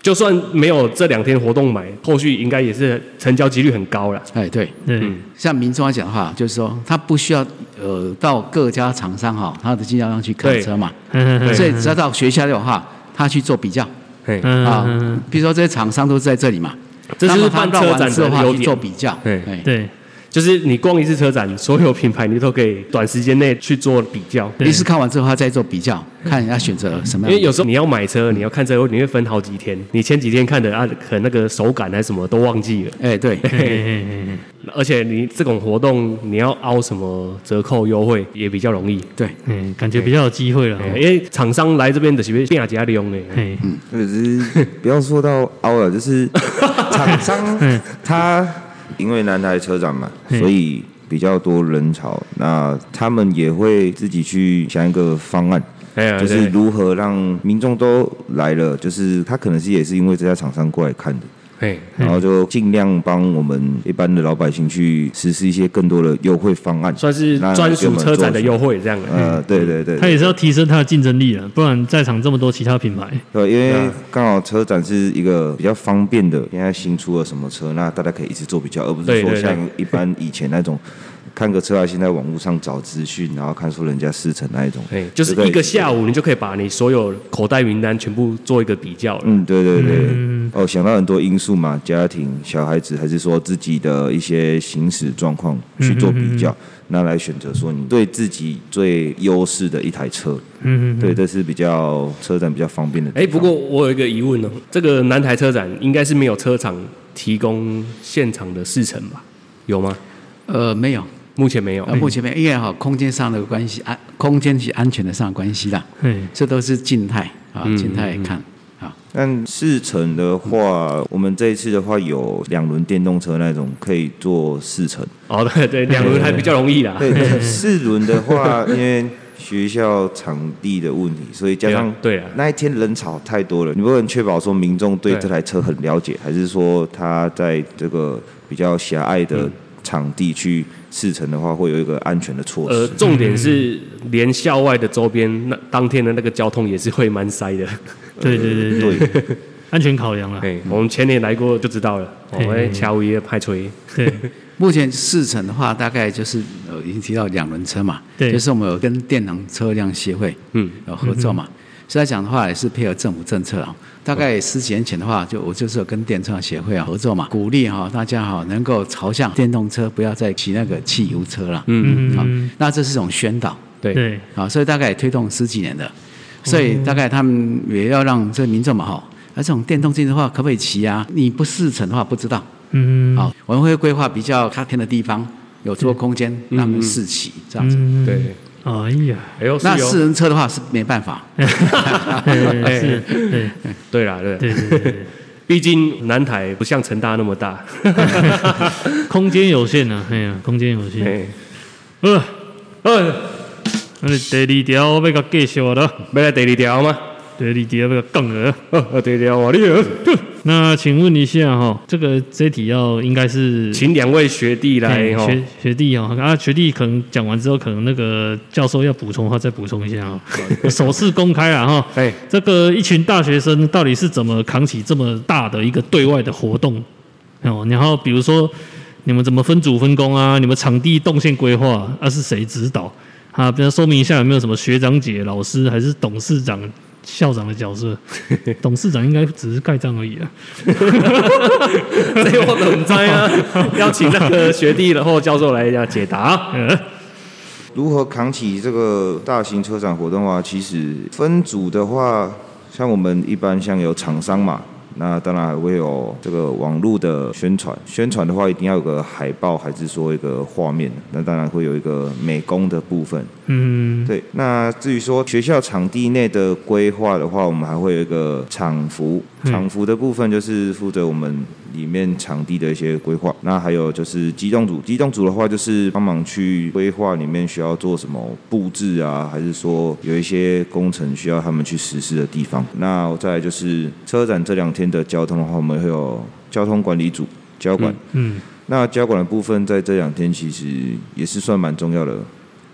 Speaker 3: 就算没有这两天活动买，后续应该也是成交几率很高啦。
Speaker 2: 哎，对，
Speaker 4: 对，
Speaker 2: 像民众来讲的话，就是说他不需要呃到各家厂商哈，他的经销商去看车嘛，
Speaker 4: 嗯
Speaker 2: 所以只要到学校的话，他去做比较
Speaker 3: 嘿，
Speaker 2: 啊
Speaker 4: 嗯，。
Speaker 2: 比如说这些厂商都是在这里嘛，
Speaker 3: 这
Speaker 2: 那
Speaker 3: 是
Speaker 2: 么他
Speaker 3: 办
Speaker 2: 绕
Speaker 3: 车
Speaker 2: 完
Speaker 3: 展
Speaker 2: 之后
Speaker 3: 的
Speaker 2: 的话
Speaker 3: 优
Speaker 2: 去做
Speaker 3: 点，
Speaker 2: 比较。
Speaker 3: 对
Speaker 2: 哎
Speaker 4: 对，
Speaker 3: 就是你逛一次车展，所有品牌你都可以短时间内去做比较。
Speaker 4: 对
Speaker 2: 一次看完之后，他再做比较，看人家选择什么
Speaker 3: 因
Speaker 2: 样
Speaker 3: 为
Speaker 2: 的。
Speaker 3: 有时候你要买车，你要看车，你会分好几天。你前几天看的啊，可能那个手感还是什么都忘记了。
Speaker 2: 哎，对，
Speaker 4: 嘿嘿嘿嘿
Speaker 3: 而且你这种活动，你要凹什么折扣优惠也比较容易，
Speaker 2: 对，
Speaker 4: 嗯，感觉比较有机会了哦。
Speaker 3: 哎因为厂商来这边的是被变啊加利用的。
Speaker 4: 嘿，
Speaker 2: 嗯
Speaker 5: 可是不要说到凹了，就是厂商
Speaker 4: 嗯
Speaker 5: 他因为南台车展嘛，
Speaker 4: 嗯
Speaker 5: 所以比较多人潮，那他们也会自己去想一个方案。
Speaker 3: 哎呀，
Speaker 5: 就是
Speaker 3: 对
Speaker 5: 如何让民众都来了，就是他可能是也是因为这家厂商过来看的，
Speaker 3: 哎，
Speaker 5: 然后就尽量帮我们一般的老百姓去实施一些更多的优惠方案，
Speaker 3: 算是专属车展的优惠嗯这样。啊
Speaker 5: 呃，对对对，
Speaker 4: 他也是要提升他的竞争力了，啊不然在场这么多其他品牌，
Speaker 5: 对，因为
Speaker 3: 啊
Speaker 5: 刚好车展是一个比较方便的，现在新出了什么车，那大家可以一直做比较，而不是
Speaker 3: 对对
Speaker 5: 说
Speaker 3: 对
Speaker 5: 像一般以前那种。看个车啊，现在网络上找资讯，然后看出人家试乘那一种，
Speaker 3: 哎，就是
Speaker 5: 这
Speaker 3: 一个
Speaker 5: 也
Speaker 3: 下午，你就可以把你所有口袋名单全部做一个比较了。
Speaker 5: 嗯，对对对，哦，想到很多因素嘛，家庭、小孩子，还是说自己的一些行驶状况去做比较，那来选择说你对自己最优势的一台车。
Speaker 4: 嗯，
Speaker 5: 对，这是比较车展比较方便的地方。
Speaker 3: 哎，不过我有一个疑问哦，这个南台车展应该是没有车厂提供现场的试乘吧？有吗？
Speaker 2: 呃，没有，
Speaker 3: 目前没有
Speaker 2: 呃，。目前没有，因为哈空间上的关系，安空间及安全的上的关系啦，
Speaker 4: 嘿，
Speaker 2: 这都是静态啊，
Speaker 3: 嗯
Speaker 2: 静态看啊，
Speaker 5: 但试乘的话，我们这一次的话有两轮电动车那种可以做试乘。
Speaker 3: 哦， 对对，两轮还比较容易啦。
Speaker 5: 对，四轮的话， 因为学校场地的问题，所以加上
Speaker 3: 对啊对啊
Speaker 5: 那一天人潮太多了，你不能确保说民众对
Speaker 3: 对
Speaker 5: 这台车很了解，还是说他在这个比较狭隘的
Speaker 3: 嗯
Speaker 5: 场地去试乘的话，会有一个安全的措
Speaker 3: 呃
Speaker 5: 施，。
Speaker 3: 重点是连校外的周边，那当天的那个交通也是会蛮塞的。
Speaker 4: 对对对对，
Speaker 5: 对，
Speaker 4: 安全考量了。啊
Speaker 3: 哎， 我们前年来过就知道了。哦哎我
Speaker 4: 嘿嘿
Speaker 3: 们
Speaker 4: 嘿
Speaker 3: 乔爷派吹，
Speaker 4: 对，
Speaker 2: 目前试乘的话，大概就是呃，已经提到两轮车嘛，
Speaker 4: 对
Speaker 2: 就是我们有跟电能车辆协会
Speaker 3: 嗯
Speaker 2: 有合作嘛，所以来讲的话也是配合政府政策啊。大概十几年前的话，就我就是有跟电车协会啊合作嘛，鼓励哈、大家哈、能够朝向电动车，不要再骑那个汽油车了。
Speaker 4: 嗯
Speaker 2: 好
Speaker 4: 嗯，
Speaker 2: 那这是一种宣导。
Speaker 3: 对
Speaker 4: 对，
Speaker 2: 啊，所以大概也推动十几年的，所以大概他们也要让这民众嘛哈，那、这种电动机的话可不可以骑啊？你不试乘的话不知道，
Speaker 4: 嗯，
Speaker 2: 啊，我们会规划比较开偏的地方，有足够空间让他们试骑这样子。
Speaker 4: 嗯，
Speaker 3: 对，
Speaker 4: 哎呀，
Speaker 3: 哎呦，
Speaker 2: 那
Speaker 3: 是哦
Speaker 2: 四轮车的话是没办 法，
Speaker 4: 哎是，对
Speaker 3: 对啦，对啦，
Speaker 4: 对对对，
Speaker 3: 毕竟南台不像成大那么 大。
Speaker 4: 对 空间有限啊，哎呀，空间有限。
Speaker 3: 哎，
Speaker 4: 呃，
Speaker 3: 呃，
Speaker 4: 那第二条要甲介绍了，
Speaker 3: 要来第二条吗？
Speaker 4: 第二条要甲讲了。
Speaker 3: 呃，第二条我你有。
Speaker 4: 那请问一下哈，这个这题要应该是
Speaker 3: 请两位学弟来
Speaker 4: 嘿
Speaker 3: 哈，
Speaker 4: 学学弟哦，啊，学弟可能讲完之后，可能那个教授要补充的话，再补充一下哦。 首次公开了哈，
Speaker 3: 哎，
Speaker 4: 这个一群大学生到底是怎么扛起这么大的一个对外的活动哦？然后比如说你们怎么分组分工啊？你们场地动线规划啊是谁指导啊？比如说明一下有没有什么学长姐、老师还是董事长？校长的角色，董事长应该只是盖章而已啊。
Speaker 3: 这我怎么猜啊？ 要请那个学弟然后教授来要解答。
Speaker 4: 嗯
Speaker 5: 如何扛起这个大型车展活动啊？其实分组的话，像我们一般像有厂商嘛，那当然还会有这个网络的宣传，宣传的话一定要有个海报，还是说一个画面？那当然会有一个美工的部分。
Speaker 4: 嗯，
Speaker 5: 对，那至于说学校场地内的规划的话，我们还会有一个场服，场服的部分就是负责我们里面场地的一些规划。那还有就是机动组，机动组的话就是帮忙去规划里面需要做什么布置啊，还是说有一些工程需要他们去实施的地方。那再来就是车展这两天的交通的话，我们会有交通管理组交管。
Speaker 4: 嗯，
Speaker 5: 那交管的部分在这两天其实也是算蛮重要的。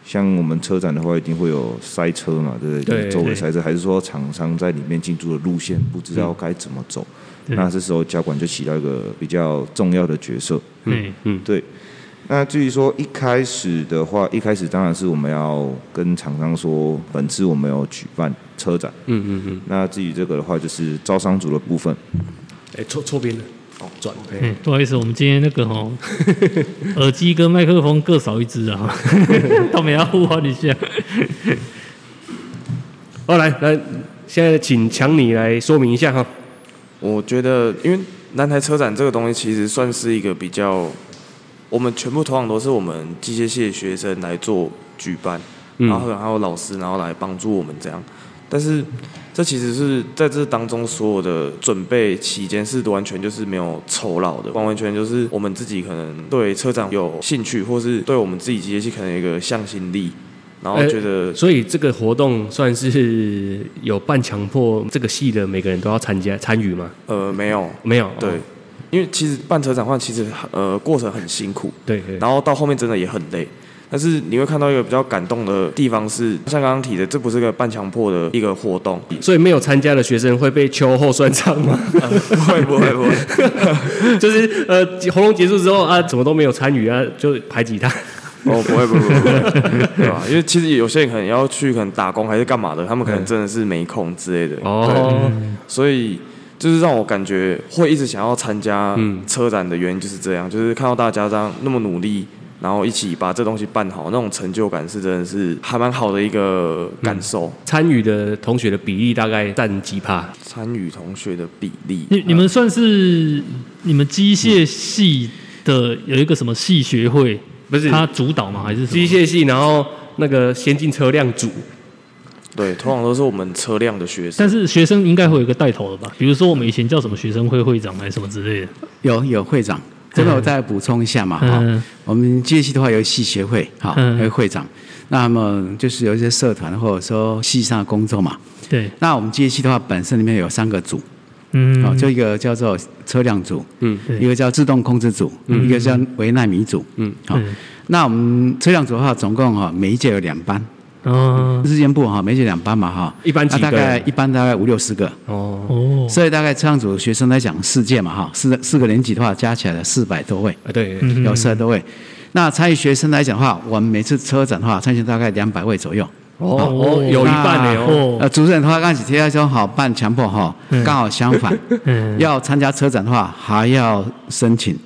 Speaker 5: 像我们车展的话，一定会有塞车嘛，对不
Speaker 3: 对
Speaker 5: 对？就是周围
Speaker 4: 对
Speaker 5: 塞车，还是说厂商在里面进驻的路线不知道该怎么走？
Speaker 4: 对
Speaker 5: 那这时候交管就起到一个比较重要的角色。
Speaker 4: 哎，
Speaker 5: 对。那至于说一开始的话，一开始当然是我们要跟厂商说，本次我们有举办车展。嗯嗯嗯。那至于这个的话，就是招商组的部分。
Speaker 3: 哎，错错边了，哦，转，哎
Speaker 4: 哎，不好意思，我们今天那个哦，耳机跟麦克风各少一只啊， 他们要互换一下。
Speaker 3: 好，哦来来，现在请强你来说明一下哈。
Speaker 6: 我觉得，因为南台车展这个东西其实算是一个比较，我们全部同行都是我们机械系的学生来做举办，然后还有老师，然后来帮助我们这样。但是这其实是在这当中所有的准备期间是完全就是没有酬劳的，完完全就是我们自己可能对车展有兴趣，或是对我们自己机械系可能有一个向心力，然后觉得
Speaker 3: 所以这个活动算是有半强迫这个系的每个人都要参加参与吗？
Speaker 6: 呃没有，
Speaker 3: 没有，
Speaker 6: 对
Speaker 3: 哦，
Speaker 6: 因为其实办车展换其实呃过程很辛苦，
Speaker 3: 对对，
Speaker 6: 然后到后面真的也很累。但是你会看到一个比较感动的地方是，像刚刚提的，这不是个半强迫的一个活动，
Speaker 3: 所以没有参加的学生会被秋后算账吗？
Speaker 6: 不会不会不会，
Speaker 3: 就是呃，活动结束之后啊，怎么都没有参与啊，就排挤他。
Speaker 6: 哦不会不会不会，对吧？因为其实有些人可能要去可能打工还是干嘛的，他们可能真的是没空之类的，
Speaker 3: 哦，
Speaker 6: 所以就是让我感觉会一直想要参加车展的原因就是这样，就是看到大家这样那么努力。然后一起把这东西办好，那种成就感是真的是还蛮好的一个感受。
Speaker 3: 参与的同学的比例大概占几趴？
Speaker 6: 参与同学的比例，
Speaker 4: 你你们算是你们机械系的有一个什么系学会？
Speaker 3: 不是
Speaker 4: 他主导吗？还是什么
Speaker 3: 机？械系，然后那个先进车辆组，
Speaker 6: 对，通常都是我们车辆的学生。
Speaker 4: 但是学生应该会有一个带头的吧？比如说我们以前叫什么学生会会长还是什么之类的。
Speaker 2: 有有会长，这边我再补充一下嘛哈、
Speaker 4: 嗯
Speaker 2: 我们机械系的话有系学会，好、
Speaker 4: 嗯
Speaker 2: 还有会长。那么就是有一些社团或者说系上的工作嘛。
Speaker 4: 对，
Speaker 2: 那我们机械系的话，本身里面有三个组，
Speaker 4: 嗯，
Speaker 2: 哦，就一个叫做车辆组，嗯
Speaker 4: 对
Speaker 2: 一个叫自动控制组，一个叫维纳米组，嗯，好、
Speaker 4: 嗯
Speaker 2: 那我们车辆组的话，总共哈、每一届有两班，
Speaker 4: 哦
Speaker 2: 日间部哈、每一届两班嘛哈、
Speaker 3: 一班几
Speaker 2: 那
Speaker 3: 个
Speaker 2: 大概一班大概五六十个，
Speaker 3: 哦，
Speaker 4: 哦，
Speaker 2: 所以大概车辆组学生来讲四届嘛哈、四四个年级的话加起来四百多位，
Speaker 3: 啊对，
Speaker 2: 有四百多位。那参与学生来讲的话，我们每次车展的话，参与大概两百位左右。
Speaker 3: 哦哦，有一半呢哦，
Speaker 4: 哦
Speaker 2: 呃，主持人的话，刚才提到说好办强迫哈，刚好相反，
Speaker 4: 嗯
Speaker 2: 要参加车展的话，还要申请，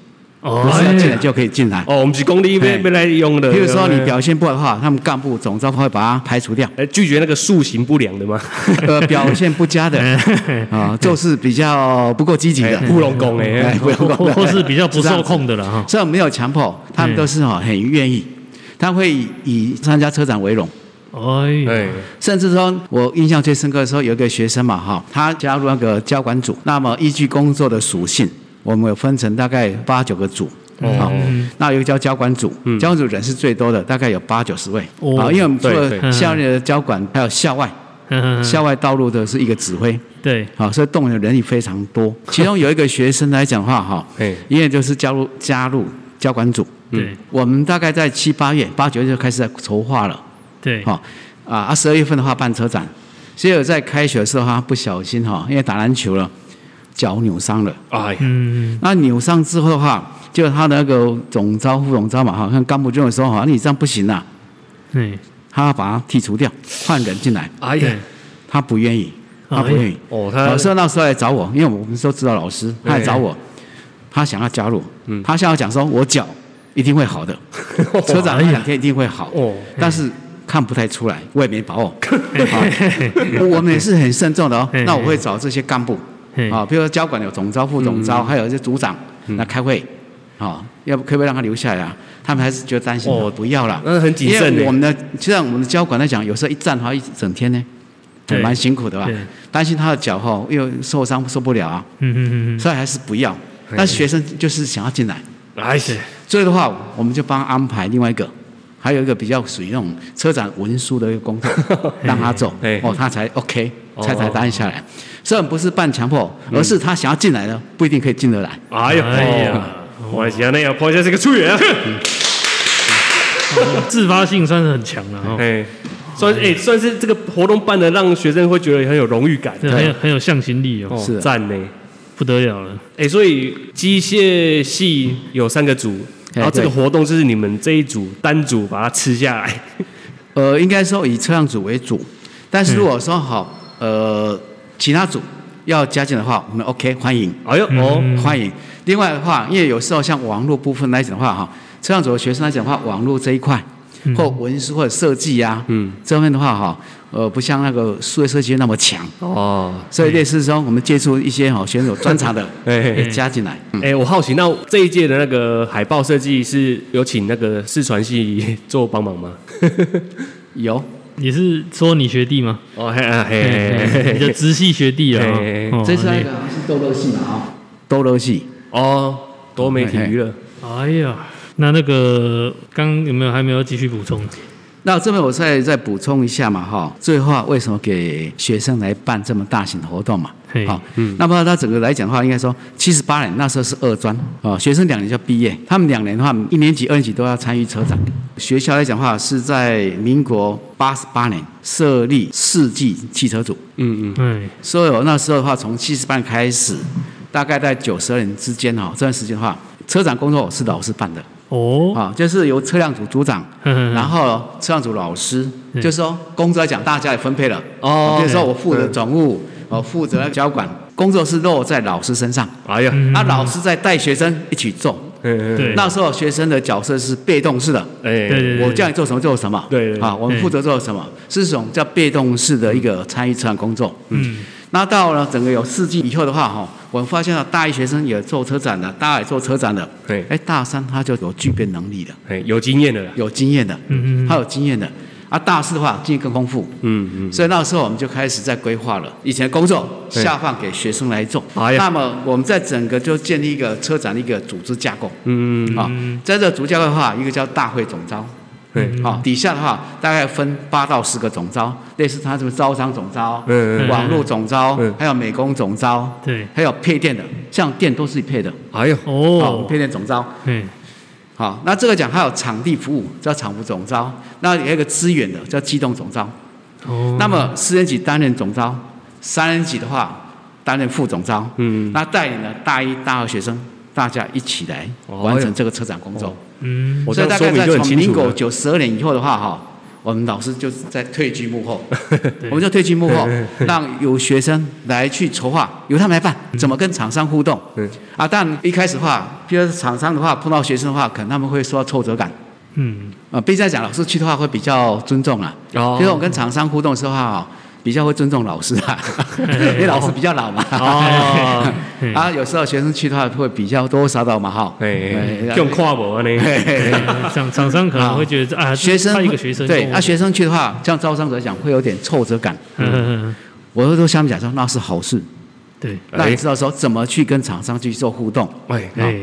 Speaker 4: 哦
Speaker 2: 不是要进来
Speaker 4: 哎
Speaker 2: 就可以进来。
Speaker 3: 哦，我们是公立被
Speaker 2: 嘿
Speaker 3: 被来用的。
Speaker 2: 比如说你
Speaker 3: 对。
Speaker 2: 表现不好的话，他们干部总召会把他排除掉
Speaker 3: 哎拒绝那个塑形不良的吗？
Speaker 2: 呃，表现不佳的
Speaker 4: 哎
Speaker 2: 啊，做事比较不够积极的，
Speaker 3: 乌龙工哎
Speaker 2: 哎，不用
Speaker 4: 或
Speaker 2: 管
Speaker 4: 或是比较不
Speaker 2: 是这样
Speaker 4: 受
Speaker 2: 子
Speaker 4: 控的嗯了哈。
Speaker 2: 虽然没有强迫，他们都是哈很愿意，他会以参加车展为荣。
Speaker 4: 哎，
Speaker 3: 哎，
Speaker 2: 甚至说，我印象最深刻的时候，有一个学生嘛，哈，他加入那个交管组，那么依据工作的属性，我们有分成大概八九个组。
Speaker 4: 哦
Speaker 2: 好，那有一个叫交管组，交管组人是最多的，大概有八九十位。
Speaker 4: 嗯哦
Speaker 2: 啊，因为我们除
Speaker 3: 对
Speaker 2: 了
Speaker 4: 对
Speaker 2: 校内的交管，还有校外，
Speaker 4: 嗯
Speaker 2: 校外道路的是一个指挥，
Speaker 4: 对，
Speaker 2: 好，所以动员的人力非常 多。其中有一个学生来讲话，哈
Speaker 3: 嘿，
Speaker 2: 因为就是加入加入交管组，
Speaker 4: 对，
Speaker 2: 我们大概在七八月、八九月就开始在筹划了。
Speaker 4: 对，
Speaker 2: 好、啊啊，十二月份的话办车展，所以我在开学的时候哈、不小心哈、因为打篮球了，脚扭伤了。
Speaker 3: 哎，
Speaker 4: 嗯，
Speaker 2: 那扭伤之后的话，就他的那个总招副总招嘛哈，看干部就会说哈，你这样不行啊，
Speaker 4: 嗯对，
Speaker 2: 他要把他剔除掉，换人进来，
Speaker 3: 哎呀
Speaker 4: 对，，
Speaker 2: 他不愿意，他
Speaker 4: 哦
Speaker 2: 不愿意。
Speaker 3: 哦，他哎
Speaker 2: 老师那时候来找我，因为我们都知道老师，他来找我，他想要加入，
Speaker 3: 嗯
Speaker 2: 他向我讲说，我脚一定会好的，车哎展那哦两天一定会好
Speaker 3: 哦，
Speaker 2: 但是看不太出啊来，我也没把握。好我们也是很慎重的哦
Speaker 4: 嘿，
Speaker 2: 那我会找这些干部，
Speaker 4: 嘿
Speaker 2: 啊，比如说交管有总招、副总招，还有一些组长，那开会，啊，要不可不可以让他留下来啊？他们还是觉得担心，
Speaker 3: 哦
Speaker 2: 不要啦。
Speaker 3: 那很谨慎
Speaker 2: 因为
Speaker 3: 呢
Speaker 2: 我们的就像我们的交管来讲，有时候一站好一整天呢，
Speaker 4: 对
Speaker 2: 也蛮辛苦的吧
Speaker 4: 对？
Speaker 2: 担心他的脚哈又受伤受不了啊，
Speaker 4: 嗯嗯嗯嗯，
Speaker 2: 所以还是不要。但学生就是想要进来，
Speaker 3: 哎，
Speaker 2: 所以的话，我们就帮他安排另外一个，还有一个比较属于那种车长文书的一个工 作，让他做
Speaker 3: 嘿，
Speaker 2: 哦，他才 OK，
Speaker 3: 哦嗯
Speaker 2: 才才答应下来。虽然不是半强迫，而是他想要进来呢，不一定可以进得来。
Speaker 3: 哎呀，
Speaker 4: 哎
Speaker 3: 哎
Speaker 4: 呀
Speaker 3: 呀，我想那样，抛下这个啊出 远，
Speaker 4: 自发性算是很强了哦，
Speaker 3: 哎，算哎算是这个活动办的，让学生会觉得很有荣誉感，
Speaker 4: 这很有很有向心力哦，
Speaker 2: 是
Speaker 3: 赞呢。
Speaker 4: 不得了了。
Speaker 3: 哎，所以机械系有三个组，然后这
Speaker 2: 对
Speaker 3: 个活动就是你们这一组单组把它吃下来，
Speaker 2: 呃，应该说以车辆组为主，但
Speaker 3: 嗯
Speaker 2: 是如果说好，呃，其他组要加进的话，我们 OK 欢迎。
Speaker 3: 哎呦
Speaker 4: 嗯
Speaker 3: 哦，
Speaker 2: 欢迎。另外的话，因为有时候像网络部分来讲的话，哈，车上组的学生来讲的话，网络这一块或文书或者设计呀，嗯，这方面的话，哈，呃，不像那个数位设计那么强，
Speaker 3: 哦，，
Speaker 2: 所以类似说我们接触一些哈选手专长 的
Speaker 3: 哎
Speaker 2: 也加进来。嗯
Speaker 3: 哎、我好奇，那这一届的那个海报设计是有请那个四传系做帮忙吗？
Speaker 2: 有，
Speaker 4: 你是说你学弟吗？
Speaker 3: 哦，嘿啊嘿嘿嘿
Speaker 4: 你
Speaker 3: 嘿
Speaker 4: 的直系学弟啊
Speaker 3: 嘿，
Speaker 4: 哦
Speaker 2: 这是那个好像是斗乐系嘛，哈，斗乐系，
Speaker 3: 哦，多媒体娱乐，
Speaker 4: 哎呀，那那个刚有没有还没有继续补充？
Speaker 2: 那这边我再再补充一下嘛，哈，最后啊为什么给学生来办这么大型的活动嘛
Speaker 4: 嘿？
Speaker 2: 好，那么它整个来讲的话，应该说七十八年那时候是二专啊，学生两年就毕业，他们两年的话，一年级、二年级都要参与车展。学校来讲的话，是在民国八十八年设立世纪汽车组，
Speaker 4: 哎，
Speaker 2: 所以我那时候的话，从七十班开始，大概在九十二年之间哈，这段时间的话，车展工作是老师办的。
Speaker 4: 哦，
Speaker 2: 啊，就是由车辆组组长，
Speaker 4: 嗯嗯嗯
Speaker 2: 然后车辆组老师，
Speaker 4: 嗯
Speaker 2: 就是说工作来讲，大家也分配了。
Speaker 3: 哦
Speaker 2: 比如说我负
Speaker 4: 嗯
Speaker 2: 责总务，我负责交管，工作是落在老师身上，
Speaker 3: 哎呀，
Speaker 2: 那啊老师在带学生一起做。
Speaker 3: 嗯，
Speaker 4: 嗯对，
Speaker 2: 那时候学生的角色是被动式的，
Speaker 3: 哎，
Speaker 4: 对对对
Speaker 2: 我叫你做什么做什么，
Speaker 3: 对对对
Speaker 2: 啊，我们负责做什么，是这种叫被动式的一个参与车辆工作。
Speaker 4: 嗯，
Speaker 2: 那到了整个有四季以后的话，哈，我们发现了大一学生也做车展的，大二也做车展的，
Speaker 3: 对
Speaker 2: 哎，大三他就有具备能力了。
Speaker 3: 哎，有经验的啦，
Speaker 2: 有经验的，
Speaker 4: 嗯嗯嗯
Speaker 2: 他有经验的。啊，大四的话经验更丰富，
Speaker 3: 嗯嗯，
Speaker 2: 所以那时候我们就开始在规划了，以前工作下放给学生来做。
Speaker 3: 哎呀
Speaker 2: 那么我们在整个就建立一个车展的一个组织架构。
Speaker 3: 嗯，
Speaker 2: 啊、在这个组织架构的话，一个叫大会总招，
Speaker 3: 对
Speaker 4: 嗯
Speaker 2: 好、底下的话大概分八到十个总招，类似他什么招商总招，
Speaker 3: 嗯
Speaker 4: 嗯
Speaker 2: 网络总招，
Speaker 3: 嗯
Speaker 2: 还有美工总招，
Speaker 4: 对，
Speaker 2: 还有配电的，像电都是配的，
Speaker 3: 哎呦，
Speaker 2: 啊我们
Speaker 4: 哦
Speaker 2: 配，电总招，
Speaker 4: 哎，
Speaker 2: 好，那这个讲还有场地服务叫场务总招，那有一个资源的叫机动总招。
Speaker 4: 哦，
Speaker 2: 那么四年级担任总招，三年级的话担任副总招。嗯，那带领了大一、大二学生，大家一起来
Speaker 3: 哦
Speaker 2: 完成这个车展工作。
Speaker 4: 嗯，
Speaker 3: 哎我这
Speaker 2: 所以
Speaker 3: 样
Speaker 2: 大
Speaker 3: 说
Speaker 2: 概
Speaker 3: 明
Speaker 2: 在
Speaker 3: 就很
Speaker 2: 从
Speaker 3: 清
Speaker 2: 民
Speaker 3: 楚
Speaker 2: 国
Speaker 3: 了，
Speaker 2: 九十二年以后的话，哈，我们老师就是在退居幕 后，我们就退居幕后，让有学生来去筹划，由他们来办，
Speaker 3: 嗯
Speaker 2: 怎么跟厂商互动。啊，但一开始的话，比如说厂商的话碰到学生的话，可能他们会受到挫折感。
Speaker 4: 嗯，
Speaker 2: 啊，毕竟在讲老师去的话会比较尊重啦。
Speaker 3: 哦
Speaker 2: 就是我跟厂商互动的时候啊，比较会尊重老师啊，因为老师比较老嘛。
Speaker 3: 哦，
Speaker 2: 啊，有时候学生去的话会比较多少少嘛哈。
Speaker 3: 哎，这种跨博呢，
Speaker 2: 嘿
Speaker 4: 厂厂商可能会觉得啊，
Speaker 2: 学生
Speaker 4: 派
Speaker 2: 会
Speaker 4: 一个学生
Speaker 2: 对，
Speaker 4: 哦
Speaker 2: 啊，学生去的话，像招商者讲会有点挫折感。
Speaker 4: 嗯嗯嗯
Speaker 2: 我都说相比讲说那是好事，
Speaker 4: 对，
Speaker 2: 让你知道说怎么去跟厂商去做互动。
Speaker 3: 哎，
Speaker 4: 哎，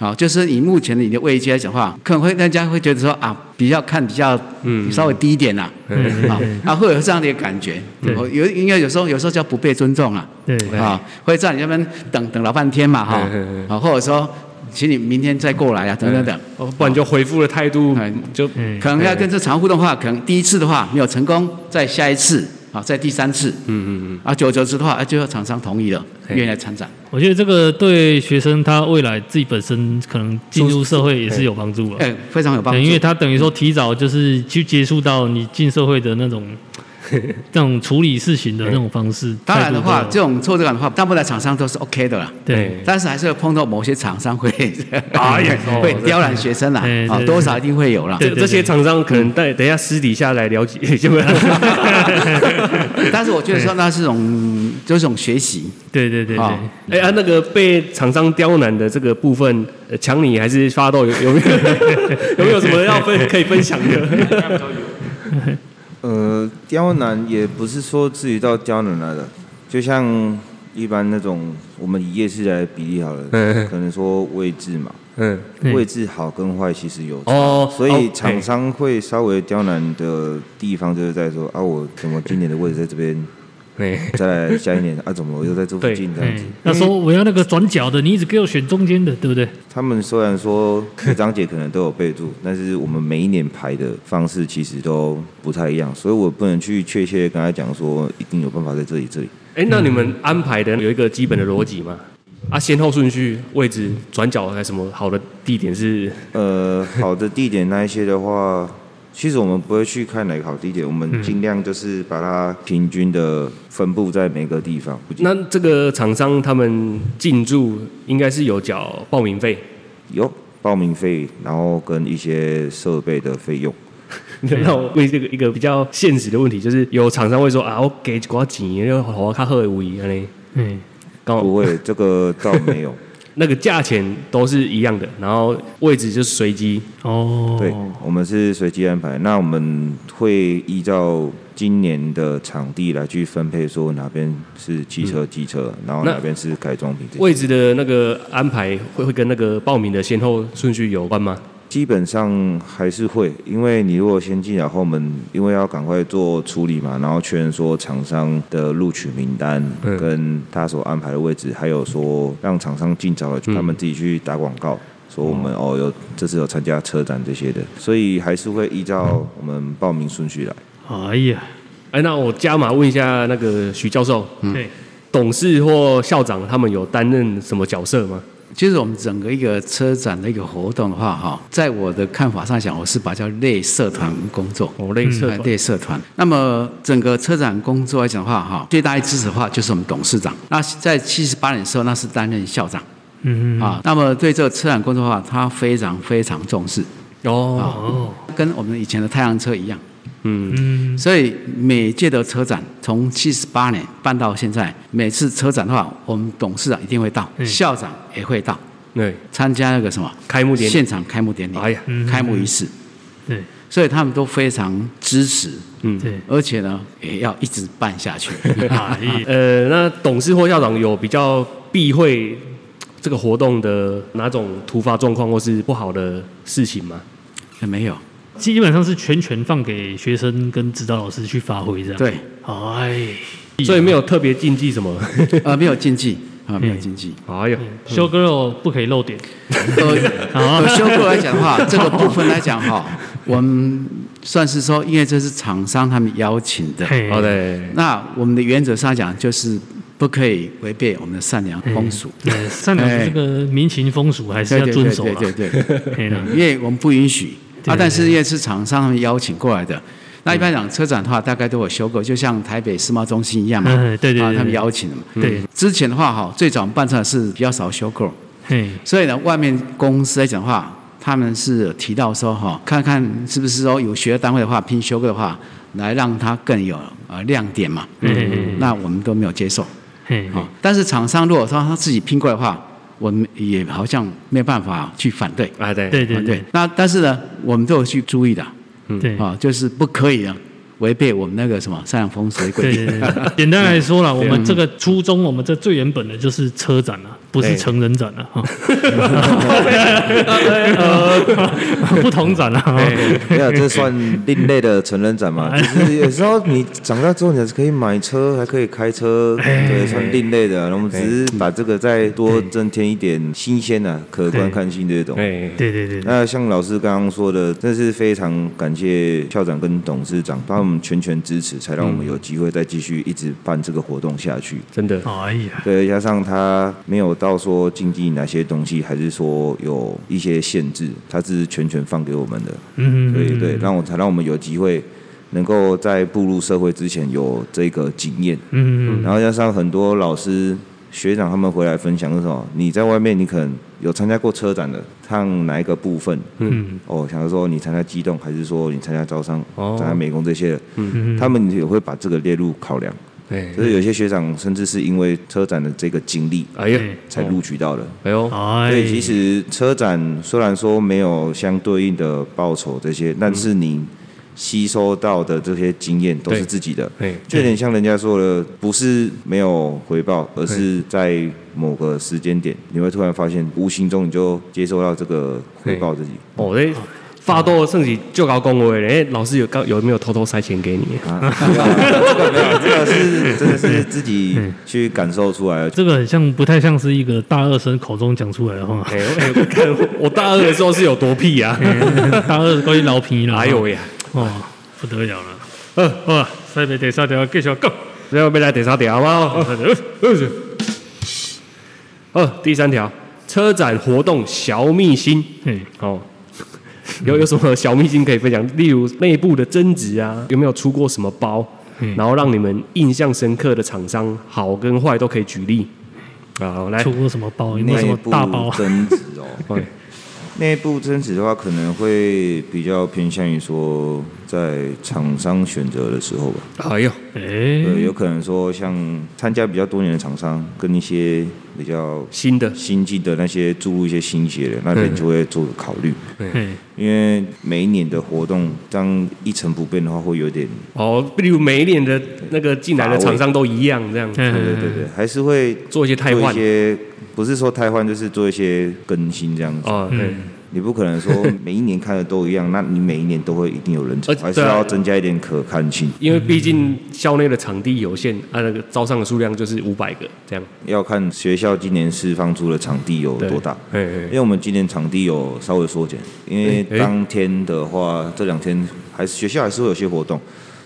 Speaker 2: 好，就是以目前的你的位阶来讲的话，可能会大家会觉得说啊，比较看比较嗯稍微低一点啦、
Speaker 4: 嗯
Speaker 2: 啊，啊会有这样的一个感觉，
Speaker 4: 对
Speaker 2: 哦有应该有时候有时候叫不被尊重啊，
Speaker 4: 对
Speaker 2: 啊，会在你那边等等老半天嘛哈
Speaker 3: 嗯嗯，
Speaker 2: 啊或者说请你明天再过来啊等等等，
Speaker 3: 哦，不然就回复的态度
Speaker 2: 哎
Speaker 3: 就
Speaker 4: 嗯
Speaker 2: 可能要跟这常互动的话，可能第一次的话没有成功，再下一次啊，再第三次，嗯嗯嗯，啊久而久之的话，啊就要厂商同意了，
Speaker 3: 嘿
Speaker 2: 愿意来参展，
Speaker 4: 我觉得这个对学生他未来自己本身可能进入社会也是有帮助啊了。
Speaker 2: 哎哎，非常有帮助，
Speaker 4: 对，因为他等于说提早就是去接触到你进社会的那种这种处理事情的那种方式。
Speaker 2: 当然的
Speaker 4: 态
Speaker 2: 话，哎
Speaker 4: 度都
Speaker 2: 这种挫折感的话，大部分的厂商都是 OK 的啦。
Speaker 4: 对
Speaker 2: 但是还是会碰到某些厂商会， 哎呀，会刁难学生啦
Speaker 4: 对，
Speaker 2: 啊
Speaker 4: 对，
Speaker 2: 多少一定会有啦。
Speaker 3: 这
Speaker 4: 对对
Speaker 3: 这些厂商可能待等一下私底下来了解，有没有？
Speaker 2: 但是我觉得说那是种就是种学习，
Speaker 4: 对对对对
Speaker 2: 啊。
Speaker 3: 哎啊，那个被厂商刁难的这个部分，呃强你还是发豆有有没有有没有什么要分可以分享的？
Speaker 5: 呃，刁难也不是说至于到刁难来的，就像一般那种我们以夜市来比例好了，
Speaker 3: 嗯
Speaker 5: 可能说位置嘛，
Speaker 3: 嗯，
Speaker 4: 对
Speaker 5: 位置好跟坏其实有差
Speaker 3: 哦
Speaker 5: 所
Speaker 3: 哦
Speaker 5: 以厂商会稍微刁难的地方就是在说啊，我怎么今年的位置在这边，
Speaker 3: 哎，
Speaker 5: 再来下一年啊，怎么我又在这附
Speaker 3: 对
Speaker 5: 近这样
Speaker 4: 哎
Speaker 5: 子？，
Speaker 4: 他说我要那个转角的，你一直给我选中间的，对不对？
Speaker 5: 他们虽然说每章节可能都有备注，但是我们每一年排的方式其实都不太一样，所以我不能去确切地跟他讲说一定有办法在这里这里。
Speaker 3: 哎，那你们安排的有一个基本的逻辑吗？啊，先后顺序、位置、转角还有什么好的地点是？
Speaker 5: 呃，好的地点那一些的话，其实我们不会去看哪个好地点，我们尽量就是把它平均的分布在每个地方。
Speaker 3: 那这个厂商他们进驻应该是有缴报名费，
Speaker 5: 有报名费，然后跟一些设备的费用。
Speaker 3: 那我问这个一个比较现实的问题，就是有厂商会说啊，我给一寡钱，然后我较好的位安尼，
Speaker 2: 嗯
Speaker 4: 哎，
Speaker 3: 刚
Speaker 5: 不会，这个倒没有。
Speaker 3: 那个价钱都是一样的，然后位置就是随机，
Speaker 4: 哦，
Speaker 5: 对，我们是随机安排。那我们会依照今年的场地来去分配，说哪边是汽车、机车，然后
Speaker 3: 那
Speaker 5: 哪边是改装品这些。
Speaker 3: 位置的那个安排会会跟那个报名的先后顺序有关吗？
Speaker 5: 基本上还是会，因为你如果先进来后门，因为要赶快做处理嘛，然后确认说厂商的录取名单
Speaker 3: 嗯
Speaker 5: 跟他所安排的位置，还有说让厂商尽早的他们自己去打广告。说我们哦有这次有参加车展这些的，所以还是会依照我们报名顺序来。
Speaker 4: 哎呀，
Speaker 3: 哎，那我加码问一下那个徐教授，
Speaker 2: 嗯
Speaker 4: 对，
Speaker 3: 董事或校长他们有担任什么角色吗？
Speaker 2: 其实我们整个一个车展的一个活动的话，哈，在我的看法上讲，我是把它叫类社团工作。
Speaker 3: 哦，类似
Speaker 2: 哎类社团，那么整个车展工作来讲的话，哈，最大的支持的话就是我们董事长。那在七十八年的时候，那是担任校长
Speaker 4: 嗯，
Speaker 2: 啊。那么对这个车展工作的话，他非常非常重视，
Speaker 3: 哦，
Speaker 4: 哦，
Speaker 2: 跟我们以前的太阳车一样。
Speaker 3: 嗯，
Speaker 4: 嗯，
Speaker 2: 所以每届的车展从七十八年办到现在，每次车展的话，我们董事长一定会到，
Speaker 4: 嗯
Speaker 2: 校长也会到，
Speaker 3: 对，
Speaker 2: 参加那个什么
Speaker 3: 开幕典礼
Speaker 2: 现场开幕典礼，
Speaker 3: 哎呀
Speaker 4: 嗯
Speaker 2: 开幕仪式，
Speaker 4: 对
Speaker 2: 所以他们都非常支持，
Speaker 3: 嗯，
Speaker 4: 对，
Speaker 2: 而且呢也要一直办下 去。
Speaker 4: 哎呀，
Speaker 3: 呃，那董事或校长有比较避讳这个活动的哪种突发状况或是不好的事情吗？
Speaker 2: 没有，
Speaker 4: 基本上是全权放给学生跟指导老师去发挥这样。
Speaker 2: 对，
Speaker 4: 哎，
Speaker 3: 所以没有特别禁忌什么。
Speaker 2: 呃，没有禁忌啊，没有禁忌。
Speaker 3: 哎呦，
Speaker 4: 修 girl 不可以漏点，
Speaker 2: 呃，有修过来讲的 话，这个部分来讲哈，我们算是说，因为这是厂商他们邀请的，
Speaker 4: 嘿
Speaker 3: 好的，
Speaker 2: 那我们的原则上讲，就是不可以违背我们的善良风俗，
Speaker 4: 呃善良的这个民情风俗还是要遵守啊啦
Speaker 2: 对对对哎 对对
Speaker 4: 嘿啦
Speaker 2: 因为我们不允许
Speaker 4: 对嗯
Speaker 2: 啊。但是因为是厂商他们邀请过来的，那一般讲车展的话，大概都有修过，就像台北世贸中心一样嘛，
Speaker 4: 嗯对对对嗯
Speaker 2: 啊，他
Speaker 4: 对
Speaker 2: 们邀请的嘛。
Speaker 4: 对，
Speaker 2: 之前的话哈，最早我们办出来是比较少修过，
Speaker 4: 嘿，
Speaker 2: 所以呢，外面公司来讲的话，他们是有提到说哈，看看是不是说有学的单位的话，拼修过的话，来让它更有呃亮点嘛。
Speaker 4: 嗯嗯嗯
Speaker 2: 那我们都没有接受。
Speaker 4: 嘿，
Speaker 2: 啊、但是厂商如果说他自己拼过来的话，我们也好像没有办法去反对。
Speaker 3: 啊对，
Speaker 4: 对对
Speaker 2: 反
Speaker 4: 对
Speaker 2: 那但是呢，我们都有去注意的啊、
Speaker 4: 对。
Speaker 2: 就是不可以啊违背我们那个什么善良风俗的规
Speaker 4: 对
Speaker 2: 定。
Speaker 4: 对对，简单来说啦，我们这个初衷，我们这最原本的就是车展啊，不是成人展啊，哈呃，不同展啊，哈
Speaker 5: 没有，这算另类的成人展嘛？就是有时候你长大之后，你还是可以买车，还可以开车，对，算另类的。啊我们只是把这个再多增添一点新鲜啊，可观看性这种。
Speaker 3: 哎，
Speaker 4: 对对对，
Speaker 5: 那像老师刚刚说的，真是非常感谢校长跟董事长把我们全权支持，才让我们有机会再继续一直办这个活动下去。
Speaker 3: 真的，
Speaker 4: 哎呀，
Speaker 5: 对，加上他没有到说禁忌哪些东西，还是说有一些限制，他是全权放给我们的。
Speaker 4: 嗯，
Speaker 5: 对对，让我才让我们有机会能够在步入社会之前有这个经验。
Speaker 4: 嗯，
Speaker 5: 然后加上很多老师学长他们回来分享的时候，你在外面你可能有参加过车展的，看哪一个部分？
Speaker 4: 嗯，
Speaker 5: 哦，想说你参加机动，还是说你参加招商、
Speaker 3: 哦
Speaker 5: 参加美工这些的，
Speaker 4: 嗯
Speaker 5: 他们也会把这个列入考量。
Speaker 3: 对
Speaker 5: 就，是有些学长甚至是因为车展的这个经历
Speaker 3: 哎呀，
Speaker 4: 对
Speaker 5: 才录取到的。
Speaker 3: 哎呦，
Speaker 4: 哎，
Speaker 5: 所以其实车展虽然说没有相对应的报酬这些，但是你吸收到的这些经验都是
Speaker 3: 对
Speaker 5: 自己的。
Speaker 3: 哎，
Speaker 5: 就有点像人家说的，不是没有回报，而是在某个时间点，你会突然发现，无形中你就接收到这个回报自己。
Speaker 3: 哦，那发豆甚至就搞恭维嘞，哎，老师有刚有没有偷偷塞钱给你？
Speaker 5: 啊，没有啊这个是真的是自己去感受出来的。
Speaker 4: 这个很像，不太像是一个大二生口中讲出来的话。
Speaker 3: 哎，我哎我看 我大二的时候是有多屁呀，
Speaker 4: 大二关于老皮了，
Speaker 3: 哎呦呀，
Speaker 4: 哦，不得了了。呃，好了，塞北第三条继续讲。
Speaker 3: 最后被来第三条吗？哦，第三条，车展活动小秘辛
Speaker 4: 嗯，
Speaker 3: 哦。 有有什么小秘辛可以分享？例如内部的争执啊，有没有出过什么包？
Speaker 4: 嗯
Speaker 3: 然后让你们印象深刻的厂商，好跟坏都可以举例。啊，来
Speaker 4: 出，过什么包？有没有什
Speaker 5: 内
Speaker 4: 么
Speaker 5: 部
Speaker 4: 大包？
Speaker 5: 争执 哦，
Speaker 3: 哎
Speaker 5: 内部争执的话，可能会比较偏向于说，在厂商选择的时候吧。
Speaker 3: 哎呦，
Speaker 4: 哎，
Speaker 5: 对，有可能说像参加比较多年的厂商，跟一些比较
Speaker 3: 新的，
Speaker 5: 新进的那些注入一些新血的，那边就会做考虑。
Speaker 4: 哎，
Speaker 5: 因为每一年的活动，这样一成不变的话，会有点，
Speaker 3: 哦，例如每一年的那个进来的厂商都一样，这样
Speaker 4: 嗯
Speaker 5: 对对对对，还是会
Speaker 3: 做一些汰
Speaker 5: 做一
Speaker 3: 换
Speaker 5: 些，不是说汰换，就是做一些更新这样子。
Speaker 4: 嗯
Speaker 3: 哦，对，
Speaker 5: 你不可能说每一年看的都一样，那你每一年都会一定有人走
Speaker 3: 而，且
Speaker 5: 还是
Speaker 3: 对啊
Speaker 5: 要增加一点可看性，
Speaker 3: 因为毕竟校内的场地有限，啊，那个招商的数量就是五百个这样。
Speaker 5: 要看学校今年释放出的场地有
Speaker 3: 对
Speaker 5: 多大。
Speaker 3: 哎
Speaker 5: 因
Speaker 3: 哎，
Speaker 5: 为我们今年场地有稍微缩减，因为
Speaker 3: 哎哎
Speaker 5: 当天的话，这两天还是学校还是会有些活动，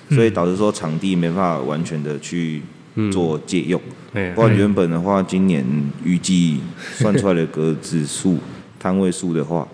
Speaker 3: 嗯
Speaker 5: 所以导致说场地没办法完全的去做借用。
Speaker 3: 哎
Speaker 5: 不然原本的话，今年预计算出来的格子数、 摊位数的话，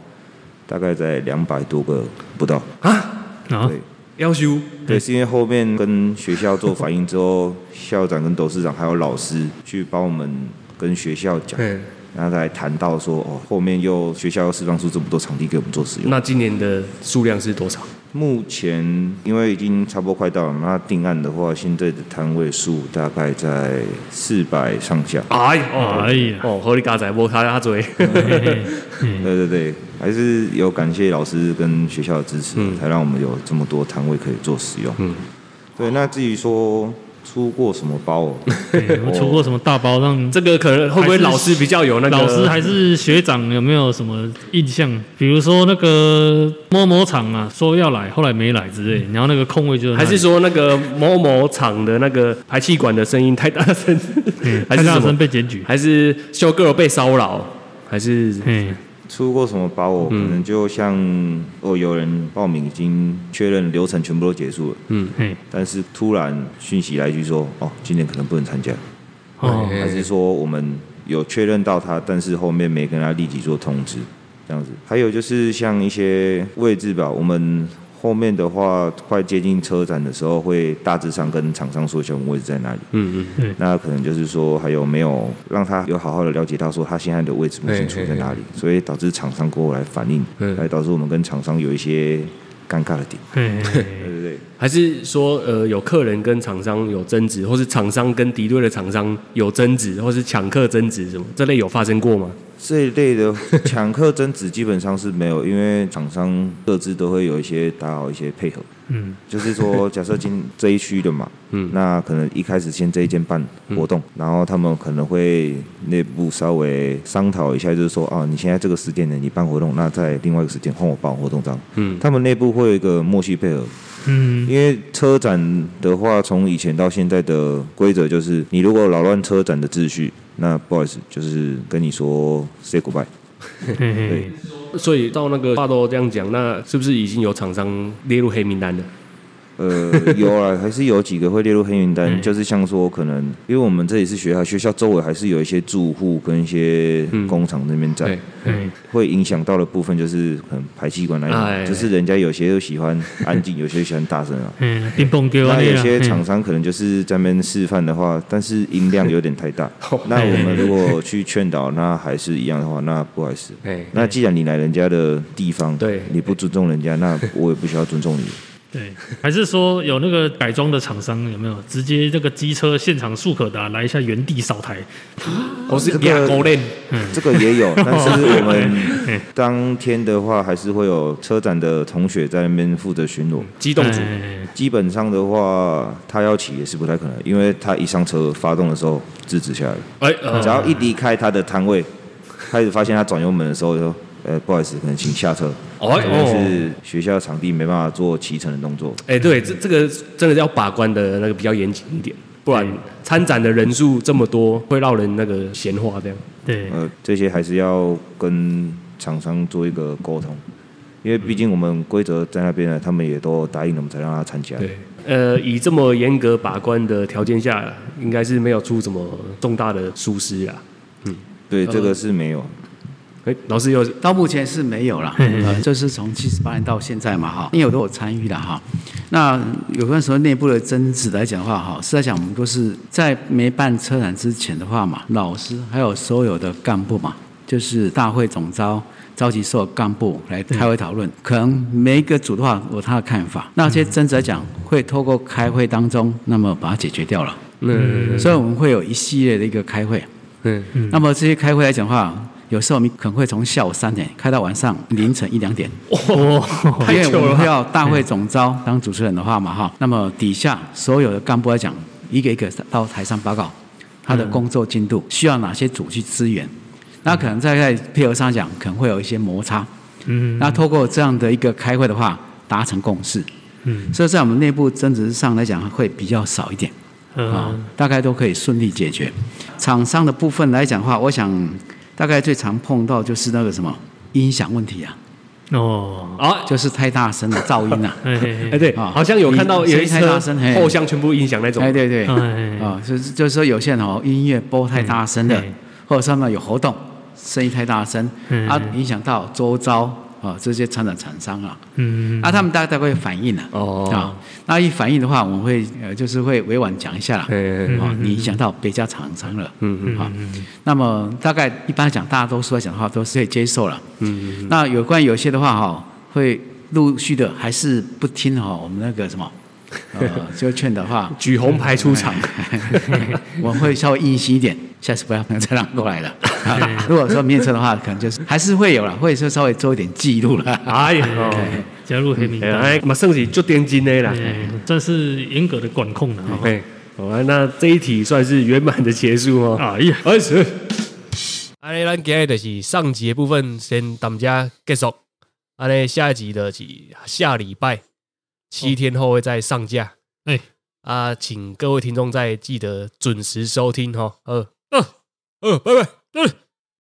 Speaker 5: 大概在两百多个不到。
Speaker 4: 啊，
Speaker 5: 对
Speaker 3: 要修，
Speaker 5: 对，是因为后面跟学校做反映之后，校长跟董事长还有老师去帮我们跟学校讲，
Speaker 3: 哎，
Speaker 5: 然后才谈到说哦，后面又学校又释放出这么多场地给我们做使用。
Speaker 3: 那今年的数量是多少？
Speaker 5: 目前因为已经差不多快到了，那定案的话，现在的摊位数大概在四百上下。
Speaker 3: 哎哦
Speaker 4: 哎呀
Speaker 3: 哦，合理嘎仔，我他他嘴，
Speaker 4: 嘿嘿
Speaker 5: 对对对，还是有感谢老师跟学校的支持，才让我们有这么多摊位可以做使用。嗯，对。那至于说出过什么包哦，
Speaker 4: 嘿有出过什么大包 让？
Speaker 3: 这个可能会不会
Speaker 4: 还是
Speaker 3: 老师比较有那个？
Speaker 4: 老师还是学长有没有什么印象？比如说那个某某厂啊，说要来，后来没来之类，然后那个空位就在那
Speaker 3: 还
Speaker 4: 里
Speaker 3: 是说那个某某厂的那个排气管的声音太大声， 还是
Speaker 4: 嗯太
Speaker 3: 什
Speaker 4: 大声
Speaker 3: 么？
Speaker 4: 被检举？
Speaker 3: 还是修 girl 被骚扰？还是
Speaker 4: 哎，
Speaker 5: 出过什么包哦，可能就像哦，有人报名已经确认流程全部都结束了，
Speaker 4: 哎，
Speaker 5: 但是突然讯息来一句说，哦，今年可能不能参加，
Speaker 4: 哦，
Speaker 5: 还是说我们有确认到他，但是后面没跟他立即做通知，这样子。还有就是像一些位置吧，我们后面的话快接近车展的时候，会大致上跟厂商说一下我们位置在哪里。
Speaker 3: 嗯嗯
Speaker 5: 那可能就是说，还有没有让他有好好的了解到说他现在的位置目前处在哪里，所以导致厂商过后来反映，
Speaker 3: 嗯
Speaker 5: 来导致我们跟厂商有一些尴尬的点。
Speaker 4: 哎，
Speaker 5: 对对对，
Speaker 3: 还是说呃有客人跟厂商有争执，或是厂商跟敌对的厂商有争执，或是抢客争执什么这类有发生过吗？
Speaker 5: 这一类的抢客争执基本上是没有，因为厂商各自都会有一些打好一些配合。
Speaker 4: 嗯，
Speaker 5: 就 是说，假设今这一区的嘛，
Speaker 3: 嗯
Speaker 5: 那可能一开始先这一间办活动，然后他们可能会内部稍微商讨一下，就是说啊，你现在这个时间点你办活动，那在另外一个时间换我办活动这样。
Speaker 3: 嗯
Speaker 5: 他们内部会有一个默契配合，
Speaker 4: 嗯，
Speaker 5: 因为车展的话，从以前到现在的规则就是，你如果扰乱车展的秩序，那不好意思，就是跟你说 say goodbye。
Speaker 4: 嘿嘿，
Speaker 3: 所以到那个话都这样讲，那是不是已经有厂商列入黑名单了？
Speaker 5: 呃，有啊，还是有几个会列入黑名
Speaker 3: 嗯
Speaker 5: 单，就是像说可能，因为我们这里是学校，学校周围还是有一些住户跟一些工厂那边在，
Speaker 3: 嗯对，
Speaker 4: 哎，
Speaker 5: 会影响到的部分就是可能排气管那一种，
Speaker 3: 哎
Speaker 5: 就是人家有些又喜欢安静，有些喜欢大声啊。
Speaker 4: 嗯，乒乓球啊，
Speaker 5: 那有些
Speaker 4: 嘿
Speaker 5: 厂商可能就是在那边示范的话，但是音量有点太大。那我们如果去劝导，那还是一样的话，那不好意思。
Speaker 3: 哎，
Speaker 5: 那既然你来人家的地方，
Speaker 3: 对
Speaker 5: 你不尊重人家，那我也不需要尊重你。
Speaker 4: 对，还是说有那个改装的厂商有没有直接这个机车现场速可达来一下原地扫台？
Speaker 3: 我是
Speaker 5: 这个
Speaker 3: 亚狗链，
Speaker 5: 这个也有，但是我们当天的话，还是会有车展的同学在那边负责巡逻。
Speaker 3: 机动组，
Speaker 4: 哎
Speaker 5: 基本上的话，他要骑也是不太可能，因为他一上车发动的时候制止下来了，
Speaker 3: 哎，呃
Speaker 5: 只要一离开他的摊位，开始发现他转油门的时候，就说：“呃，不好意思，可能请下车。”
Speaker 3: 哎
Speaker 5: 但
Speaker 3: 哦，
Speaker 5: 是学校场地没办法做骑乘的动作。
Speaker 3: 哎，对，这这个真的要把关的那个比较严谨一点，不然参展的人数这么多，会让人那个闲话这样。
Speaker 4: 对，
Speaker 5: 呃，这些还是要跟厂商做一个沟通，因为毕竟我们规则在那边呢，他们也都答应了我们才让他参加。
Speaker 3: 对，呃，以这么严格把关的条件下，应该是没有出什么重大的疏失啦。
Speaker 5: 对，这个是没有。
Speaker 3: 哎，老师又
Speaker 2: 到目前是没有啦，呃就是从七十八年到现在嘛哈，因为我都有参与了哈。那有关时候内部的争执来讲的话哈，是在讲我们都是在没办车展之前的话嘛，老师还有所有的干部嘛，就是大会总召召集所有干部来开会讨论，可能每一个组的话有他的看法，那些争执来讲会透过开会当中，那么把它解决掉了。
Speaker 3: 嗯
Speaker 2: 所以我们会有一系列的一个开会。
Speaker 3: 嗯
Speaker 2: 那么这些开会来讲的话，有时候我们可能会从下午三点开到晚上凌晨一两点，
Speaker 4: 哇，
Speaker 2: 因为我们要大会总召当主持人的话嘛
Speaker 4: 嗯
Speaker 2: 哈，那么底下所有的干部来讲，一个一个到台上报告他的工作进度，需要哪些组去支援，
Speaker 4: 嗯
Speaker 2: 那可能在在配合上讲可能会有一些摩擦，
Speaker 4: 嗯，
Speaker 2: 那透过这样的一个开会的话，达成共识，
Speaker 4: 嗯，
Speaker 2: 所以在我们内部争执上来讲会比较少一点。啊
Speaker 4: 呃，，
Speaker 2: 大概都可以顺利解决。厂商的部分来讲的话，我想大概最常碰到就是那个什么音响问题啊，
Speaker 4: 哦，。
Speaker 3: 啊，
Speaker 2: 就是太大声了，噪音啊
Speaker 4: 哎哎
Speaker 3: 哎，对，
Speaker 2: 啊
Speaker 3: 好像有看到
Speaker 2: 你
Speaker 3: 有一
Speaker 2: 声音太
Speaker 3: 车
Speaker 2: 大声嘿
Speaker 3: 后箱全部音响那种
Speaker 2: 哎，，对对，
Speaker 4: 哎
Speaker 2: 啊，就是就是说有些人哦，音乐播太大声了
Speaker 4: 嗯嗯，
Speaker 2: 或者上面有活动，声音太大声
Speaker 4: 嗯，
Speaker 2: 啊，影响到周遭啊这些参展厂商啊，
Speaker 4: 嗯，
Speaker 2: 啊，他们大概会反应了。
Speaker 3: 哦
Speaker 2: 啊，那一反应的话，我们会呃就是会委婉讲一下啦。
Speaker 4: 嗯
Speaker 3: 哎
Speaker 2: 啊，你影响到别家厂商了，
Speaker 3: 嗯
Speaker 2: 嗯，好，那么大概一般讲，大多数来讲的话都是会接受了，嗯，那有关有些的话哈，会陆续的还是不听哈，我们那个什么， 呃，就劝的话，
Speaker 3: 举红牌出场，
Speaker 2: 我们会稍微硬心一点，下次不要再让过来了。啊如果说面车的话，可能就是还是会有了，或者说稍微做一点记录了。
Speaker 3: 哎呀，
Speaker 4: 加入黑名
Speaker 3: 哎
Speaker 4: 单，
Speaker 3: 哎，马上是就点金的啦，
Speaker 4: 哎，算是严格的管控了哈。
Speaker 3: 哎，好啊，那这一题算是圆满的结束哦。
Speaker 4: 哎呀，
Speaker 3: 二十。安尼，咱今日就是上集的部分先到家结束。安尼，下一集就是下礼拜七天后会再上架。
Speaker 4: 哎
Speaker 3: 啊，哦请各位听众再记得准时收听哦。呃，呃，呃，拜拜。呃